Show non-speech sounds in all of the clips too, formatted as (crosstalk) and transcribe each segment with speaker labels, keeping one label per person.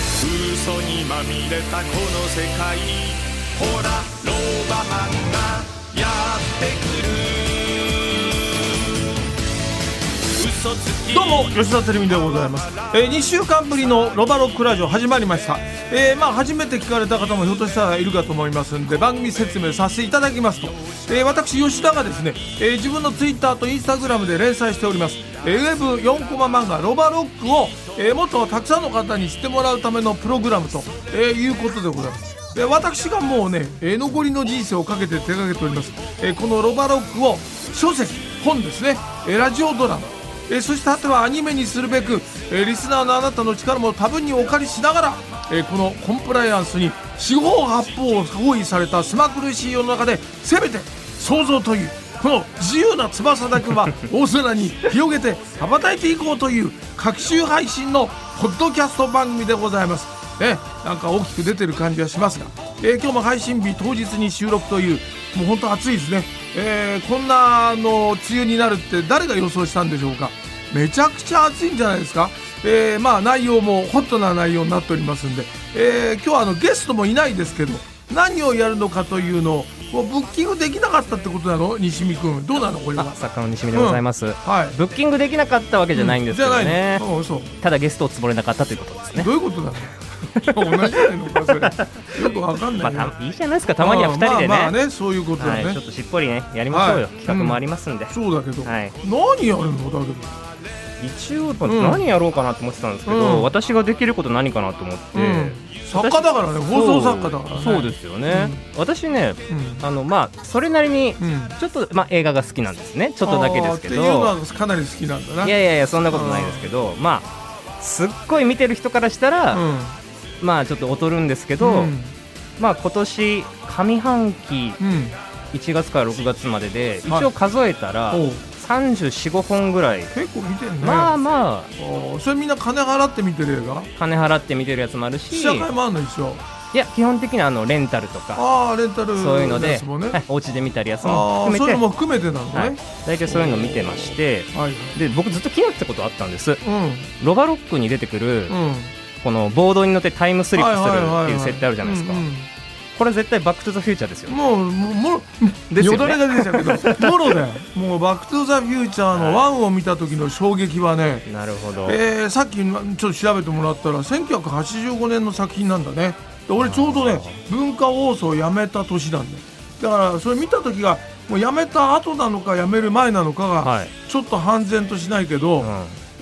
Speaker 1: 嘘にまみれたこの世界ほらローバマンがやってくる嘘つき
Speaker 2: どうも吉田照美でございます、えー、2週間ぶりのロバロックラジオ始まりました、えーまあ、初めて聞かれた方もひょっとしたらいるかと思いますんで番組説明させていただきますと、えー私吉田がですね、えー自分のツイッターとインスタグラムで連載しております、えーウェブ4コマ漫画「ロバロックを」えーもっとたくさんの方に知ってもらうためのプログラムと、えーいうことでございますで私がもうね、えー残りの人生をかけて手掛けております、えーこの「ロバロック」を書籍本ですね、えーラジオドラマえーそしてあとはアニメにするべく、えーリスナーのあなたの力も多分にお借りしながら、えーこのコンプライアンスに四方八方を包囲されたスマ苦しい世の中でせめて創造というこの自由な翼だけは大空に広げて羽ばたいていこうという各種配信のポッドキャスト番組でございます。ね、なんか大きく出てる感じはしますが、えー今日も配信日当日に収録というもう本当暑いですね、えーこんなあの梅雨になるって誰が予想したんでしょうかめちゃくちゃ暑いんじゃないですか、えーまあ内容もホットな内容になっておりますんで、えー今日はあのゲストもいないですけど何をやるのかというのをもうブッキングできなかったってことなの西見君どうなのこれは
Speaker 3: あ作家の西見でございます、
Speaker 2: はい
Speaker 3: ブッキングできなかったわけじゃないんですけど
Speaker 2: じゃな
Speaker 3: ね
Speaker 2: い、のうんそう
Speaker 3: ただゲストをつぼれなかったということですね
Speaker 2: どういうことだ (laughs) ろう同じじゃないのかそれよくわかんない
Speaker 3: ま
Speaker 2: な、
Speaker 3: あたいいじゃないですかたまには2人でね,、
Speaker 2: まあまあまあねそういうことだね、
Speaker 3: はい、ちょっとしっぽりねやりましょうよ、
Speaker 2: はい
Speaker 3: 企画もありますんで、
Speaker 2: そうだけど、
Speaker 3: はい
Speaker 2: 何やるのだけど
Speaker 3: 一応、
Speaker 2: ん
Speaker 3: 何やろうかなと思ってたんですけど、
Speaker 2: うん
Speaker 3: 私ができること何かなと思って、
Speaker 2: うん作家だからね放送作家だからね
Speaker 3: そうそうですよね、私ね
Speaker 2: うん
Speaker 3: あのまあそれなりに
Speaker 2: うん
Speaker 3: ちょっと、まあ、映画が好きなんですねちょっとだけですけど
Speaker 2: あーっていうのはかなり好きなんだない
Speaker 3: やいやいやそんなことないですけどまあすっごい見てる人からしたら、
Speaker 2: うん
Speaker 3: まあちょっと劣るんですけど、
Speaker 2: うん
Speaker 3: まあ今年上半期
Speaker 2: うん
Speaker 3: 1月から6月までで一
Speaker 2: はい
Speaker 3: 応数えたら
Speaker 2: おう
Speaker 3: 345本ぐらい、
Speaker 2: 結構見てんね
Speaker 3: まあまあ
Speaker 2: おうそれみんな金払って見てる映画
Speaker 3: 金払って見てるやつもあるし
Speaker 2: 試写会もあるの一応
Speaker 3: いや基本的にはあのレンタルとか
Speaker 2: ああレンタル
Speaker 3: そういうので
Speaker 2: やつもね
Speaker 3: はい、お家で見たりやつ
Speaker 2: あ
Speaker 3: も
Speaker 2: あ
Speaker 3: 含
Speaker 2: そういうの
Speaker 3: めて
Speaker 2: も含めてなのね、
Speaker 3: はい、大体そういうの見てまして
Speaker 2: はい、
Speaker 3: で僕ずっと気になってたことあったんです
Speaker 2: う
Speaker 3: ロバロックに出てくる
Speaker 2: んうん
Speaker 3: このボードに乗ってタイムスリップするっていう設定あるじゃないですか
Speaker 2: うんうん
Speaker 3: これ絶対バック・トゥ・ザ・フューチャーですよね
Speaker 2: もうもうもろ
Speaker 3: です
Speaker 2: よ
Speaker 3: よね
Speaker 2: だれが出ちゃう
Speaker 3: (laughs)
Speaker 2: けどもろだよもう「バック・トゥ・ザ・フューチャー」のワンを見た時の衝撃はね、
Speaker 3: なるほど
Speaker 2: えーさっきちょっと調べてもらったら1985年の作品なんだねで俺ちょうどね文化放送を辞めた年なんだよだからそれ見た時がもう辞めた後なのか辞める前なのかが、
Speaker 3: はい
Speaker 2: ちょっと判然としないけど、
Speaker 3: うん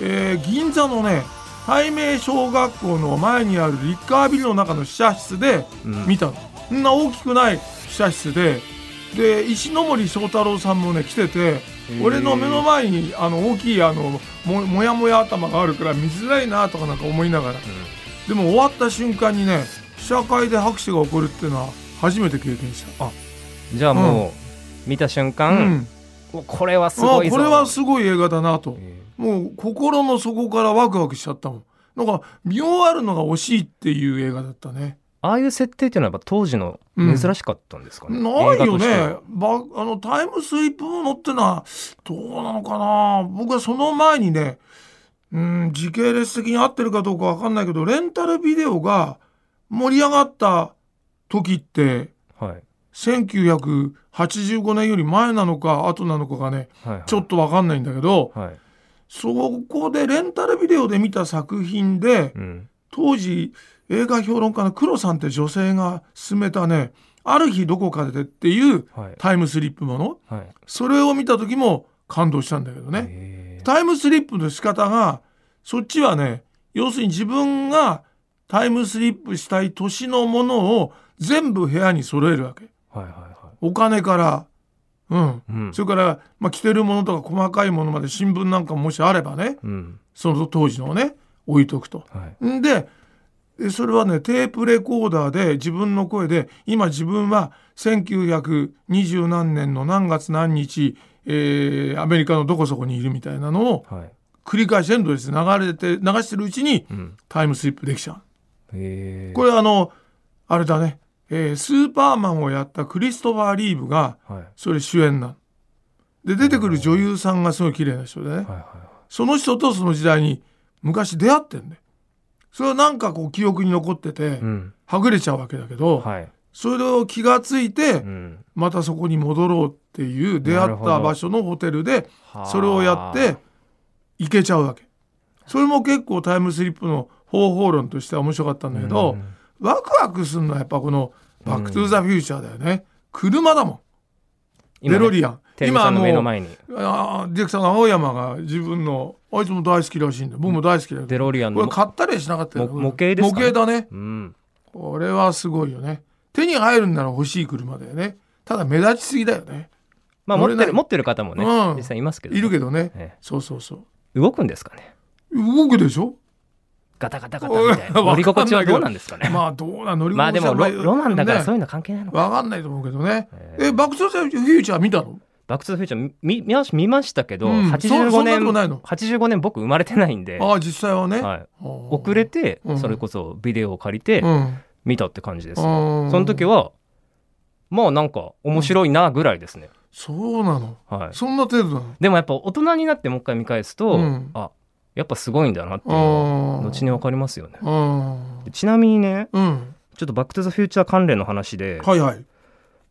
Speaker 2: えー銀座のね大明小学校の前にあるリッカービルの中の試写室で
Speaker 3: うん
Speaker 2: 見たの、そんな大きくない試写室でで石ノ森章太郎さんもね来てて
Speaker 3: ー
Speaker 2: 俺の目の前にあの大きいあのももやもや頭があるから見づらいなとかなんか思いながら、でも終わった瞬間にね試写会で拍手が起こるっていうのは初めて経験したあ、
Speaker 3: じゃあもう見た瞬間、おこれはすごい
Speaker 2: あ
Speaker 3: ぞ
Speaker 2: これはすごい映画だなと、
Speaker 3: え
Speaker 2: もう心の底からワクワクしちゃったもんなんか見終わるのが惜しいっていう映画だったね
Speaker 3: ああいう設定っていうのはやっぱ当時の珍しかったんですかね、
Speaker 2: ないよ
Speaker 3: 映画
Speaker 2: ねばあのタイムスリップものってのはどうなのかな僕はその前にねうん時系列的に合ってるかどうかわかんないけどレンタルビデオが盛り上がった時って
Speaker 3: としてはい
Speaker 2: 1985年より前なのか後なのかがね
Speaker 3: はいはい
Speaker 2: ちょっとわかんないんだけど
Speaker 3: はい
Speaker 2: そこでレンタルビデオで見た作品で、
Speaker 3: うん
Speaker 2: 当時映画評論家の黒さんって女性が勧めたね「ある日どこかで」っていう
Speaker 3: はい
Speaker 2: タイムスリップもの
Speaker 3: はい
Speaker 2: それを見た時も感動したんだけどね
Speaker 3: え
Speaker 2: タイムスリップの仕方がそっちはね要するに自分がタイムスリップしたい年のものを全部部屋に揃えるわけ
Speaker 3: はいはいは
Speaker 2: お金からうん
Speaker 3: いうん
Speaker 2: それから、まあ、着てるものとか細かいものまで新聞なんかもしあればね
Speaker 3: うん
Speaker 2: その当時のをね置いとくと
Speaker 3: はい
Speaker 2: んでえそれはねテープレコーダーで自分の声で今自分は1920何年の何月何日、えーアメリカのどこそこにいるみたいなのを
Speaker 3: はい
Speaker 2: 繰り返しエンドレスで流れて流してるうちに
Speaker 3: うん
Speaker 2: タイムスリップできちゃ
Speaker 3: え
Speaker 2: う。
Speaker 3: ー
Speaker 2: これあのあれだね、えースーパーマンをやったクリストファー・リーブが
Speaker 3: はい
Speaker 2: それ主演なの。で出てくる女優さんがすごい綺麗な人でね
Speaker 3: はいはい
Speaker 2: その人とその時代に昔出会ってんだよ。それはなんかこう記憶に残ってて、
Speaker 3: うん
Speaker 2: はぐれちゃうわけだけど、
Speaker 3: はい、
Speaker 2: それを気がついて、
Speaker 3: うん、
Speaker 2: またそこに戻ろうっていう出
Speaker 3: な
Speaker 2: 会
Speaker 3: る
Speaker 2: っ
Speaker 3: ほ
Speaker 2: た
Speaker 3: ど
Speaker 2: 場所のホテルで
Speaker 3: はあ
Speaker 2: それをやって行けちゃうわけそれも結構タイムスリップの方法論としては面白かったんだけど、ワクワクするのはやっぱこの「バック・トゥ・ザ・フューチャー」だよね、車だもん
Speaker 3: 今
Speaker 2: デ
Speaker 3: ね
Speaker 2: ロリアン
Speaker 3: テレビさんの
Speaker 2: も
Speaker 3: 目の
Speaker 2: う
Speaker 3: 前に
Speaker 2: あーディレクターの青山が自分のあいつも大好きらしいんで僕も大好きだよ、
Speaker 3: デロリアン
Speaker 2: こ
Speaker 3: の
Speaker 2: れ買ったりはしなかったよね
Speaker 3: も模型ですか
Speaker 2: 模型だね
Speaker 3: うん、
Speaker 2: これはすごいよね手に入るんなら欲しい車だよねただ目立ちすぎだよね
Speaker 3: まあ
Speaker 2: 乗
Speaker 3: 持
Speaker 2: れ
Speaker 3: っ
Speaker 2: ない
Speaker 3: てる持ってる方もね、
Speaker 2: うん
Speaker 3: 実際いますけど、
Speaker 2: いるけどね、
Speaker 3: え
Speaker 2: そうそうそう
Speaker 3: ど動くんですかね
Speaker 2: 動くでし
Speaker 3: (laughs)
Speaker 2: ょ
Speaker 3: ガタガタガタみたいな (laughs)
Speaker 2: おい
Speaker 3: 乗り心地はどうなんですかね
Speaker 2: まあどうなん乗り
Speaker 3: まあでもロロマンだからそう
Speaker 2: い
Speaker 3: いうの関係ないのか。
Speaker 2: わかんないと思うけどね
Speaker 3: えー
Speaker 2: えバックスフューチャー見たの
Speaker 3: バックス・フューチャー見見まし見ましたけど、
Speaker 2: うんそ
Speaker 3: 85
Speaker 2: んなことないの
Speaker 3: 年八十五年僕生まれてないんで、
Speaker 2: ああ実際はね、
Speaker 3: はい、
Speaker 2: 遅
Speaker 3: 遅れて
Speaker 2: うん
Speaker 3: それこそビデオを借りて
Speaker 2: うん
Speaker 3: 見たって感じです、
Speaker 2: そ
Speaker 3: その時はまあなんか面白いなぐらいですね、
Speaker 2: そうなの
Speaker 3: はい、
Speaker 2: そんな程度なの
Speaker 3: でもやっぱ大人になってもう一回見返すと、
Speaker 2: うん
Speaker 3: あやっぱすごいんだなっていうのは
Speaker 2: あ
Speaker 3: 後にわかりますよね
Speaker 2: あ
Speaker 3: ちなみにね
Speaker 2: うん
Speaker 3: ちょっと「バック・トゥ・ザ・フューチャー」関連の話で、
Speaker 2: はいはい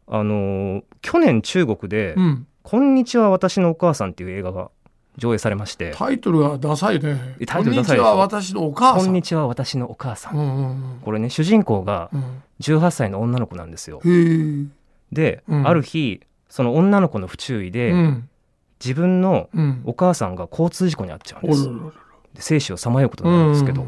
Speaker 3: あのー去年中国で
Speaker 2: うん
Speaker 3: 「こんにちは私のお母さん」っていう映画が上映されまして
Speaker 2: タイトルがダサいね
Speaker 3: えタイトルダサいでしょ
Speaker 2: こんにちは私のお
Speaker 3: 「
Speaker 2: 母
Speaker 3: こ
Speaker 2: さん
Speaker 3: んにちは私のお母さん」
Speaker 2: うんうん
Speaker 3: これね主人公が
Speaker 2: うん
Speaker 3: 18歳の女の子なんですよ
Speaker 2: うんへえ
Speaker 3: で、
Speaker 2: うん
Speaker 3: ある日その女の子の不注意で、
Speaker 2: うん
Speaker 3: 自分の
Speaker 2: うん
Speaker 3: お母さんが交通事故に遭っちゃうん
Speaker 2: お
Speaker 3: で
Speaker 2: ら
Speaker 3: す
Speaker 2: らら
Speaker 3: で生死をさまようこと
Speaker 2: う
Speaker 3: になるん
Speaker 2: ん
Speaker 3: ですけど、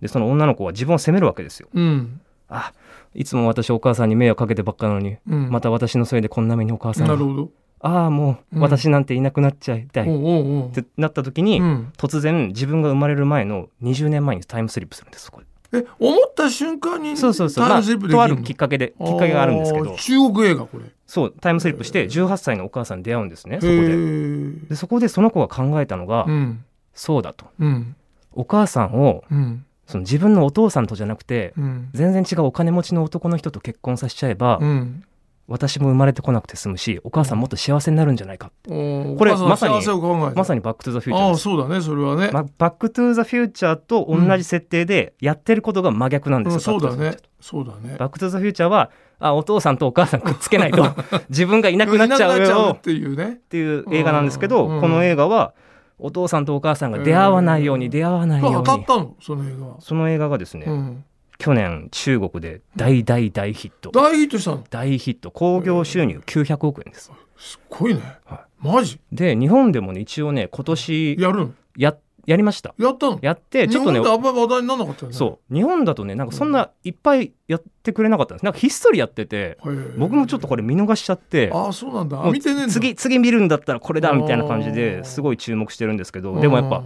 Speaker 3: でその女の子は自分を責めるわけですよ
Speaker 2: うん
Speaker 3: あいつも私お母さんに迷惑かけてばっかなのに
Speaker 2: うん
Speaker 3: また私のせいでこんな目にお母さん
Speaker 2: な
Speaker 3: が
Speaker 2: るほど
Speaker 3: ああも
Speaker 2: う
Speaker 3: うん私なんていなくなっちゃいたい、
Speaker 2: お
Speaker 3: っ
Speaker 2: うおうおう
Speaker 3: てなった時に、
Speaker 2: うん
Speaker 3: 突然自分が生まれる前の20年前にタイムスリップするんですそこで
Speaker 2: え思った瞬間に
Speaker 3: そうそうそう、
Speaker 2: タイ
Speaker 3: ま
Speaker 2: ム
Speaker 3: あ、
Speaker 2: スリップできる
Speaker 3: とあ
Speaker 2: の
Speaker 3: るきっかけできっかけがあるんですけ
Speaker 2: あ
Speaker 3: ど
Speaker 2: ー中国映画これ
Speaker 3: そうタイムスリップして18歳のお母さんに出会うんですねそこ
Speaker 2: へ
Speaker 3: で
Speaker 2: ー
Speaker 3: でそこでその子が考えたのが、
Speaker 2: うん
Speaker 3: そうだと
Speaker 2: うん
Speaker 3: お母さんを
Speaker 2: うん
Speaker 3: その自分のお父さんとじゃなくて、
Speaker 2: うん
Speaker 3: 全然違うお金持ちの男の人と結婚させちゃえば、
Speaker 2: うん
Speaker 3: 私も生まれてこなくて済むしお母さんもっと幸せになるんじゃないか、
Speaker 2: おー
Speaker 3: これ
Speaker 2: お母さんの幸
Speaker 3: まさに
Speaker 2: せを考えて
Speaker 3: まさに「バック・トゥ・ザ・フューチャ
Speaker 2: ああ
Speaker 3: ーです」
Speaker 2: そうだねそれはね、
Speaker 3: まバック・トゥ・ザ・フューチャーと同じ設定でやってることが真逆なんです
Speaker 2: う
Speaker 3: よ、
Speaker 2: ん、そうだ
Speaker 3: バッ
Speaker 2: ね
Speaker 3: クトゥ
Speaker 2: そ
Speaker 3: ザフューチャーと
Speaker 2: うだね
Speaker 3: バック・トゥ・ザ・フューチャーはあお父さんとお母さんくっつけな
Speaker 2: (laughs)
Speaker 3: いと自分がいなくなっちゃう
Speaker 2: いなくなっちゃ
Speaker 3: よ
Speaker 2: うっていうね
Speaker 3: っていう映画なんですけど、
Speaker 2: うん
Speaker 3: この映画はお父さんとお母さんが出会わないように、
Speaker 2: うん
Speaker 3: 出会わないよう
Speaker 2: 当
Speaker 3: に
Speaker 2: たったのその映画は、
Speaker 3: その映画がですね、
Speaker 2: うん、
Speaker 3: 去年中国で大大大ヒット
Speaker 2: 大ヒットしたの
Speaker 3: 大ヒット興行収入900億円です
Speaker 2: すっごいね、
Speaker 3: は
Speaker 2: マジ
Speaker 3: で日本でもね一応ね今年
Speaker 2: やるの
Speaker 3: ややりました
Speaker 2: やったの
Speaker 3: やってちょっとね
Speaker 2: 日本であんまり話題にならなかったよね
Speaker 3: そう日本だとねなんかそんないっぱいやってくれなかったんですなんかひっそりやってて
Speaker 2: へー
Speaker 3: 僕もちょっとこれ見逃しちゃって
Speaker 2: ああそうなんだ
Speaker 3: もう
Speaker 2: 見てねえんだ
Speaker 3: 次次見るんだったらこれだみたいな感じ
Speaker 2: あー
Speaker 3: ですごい注目してるんですけどでもやっぱ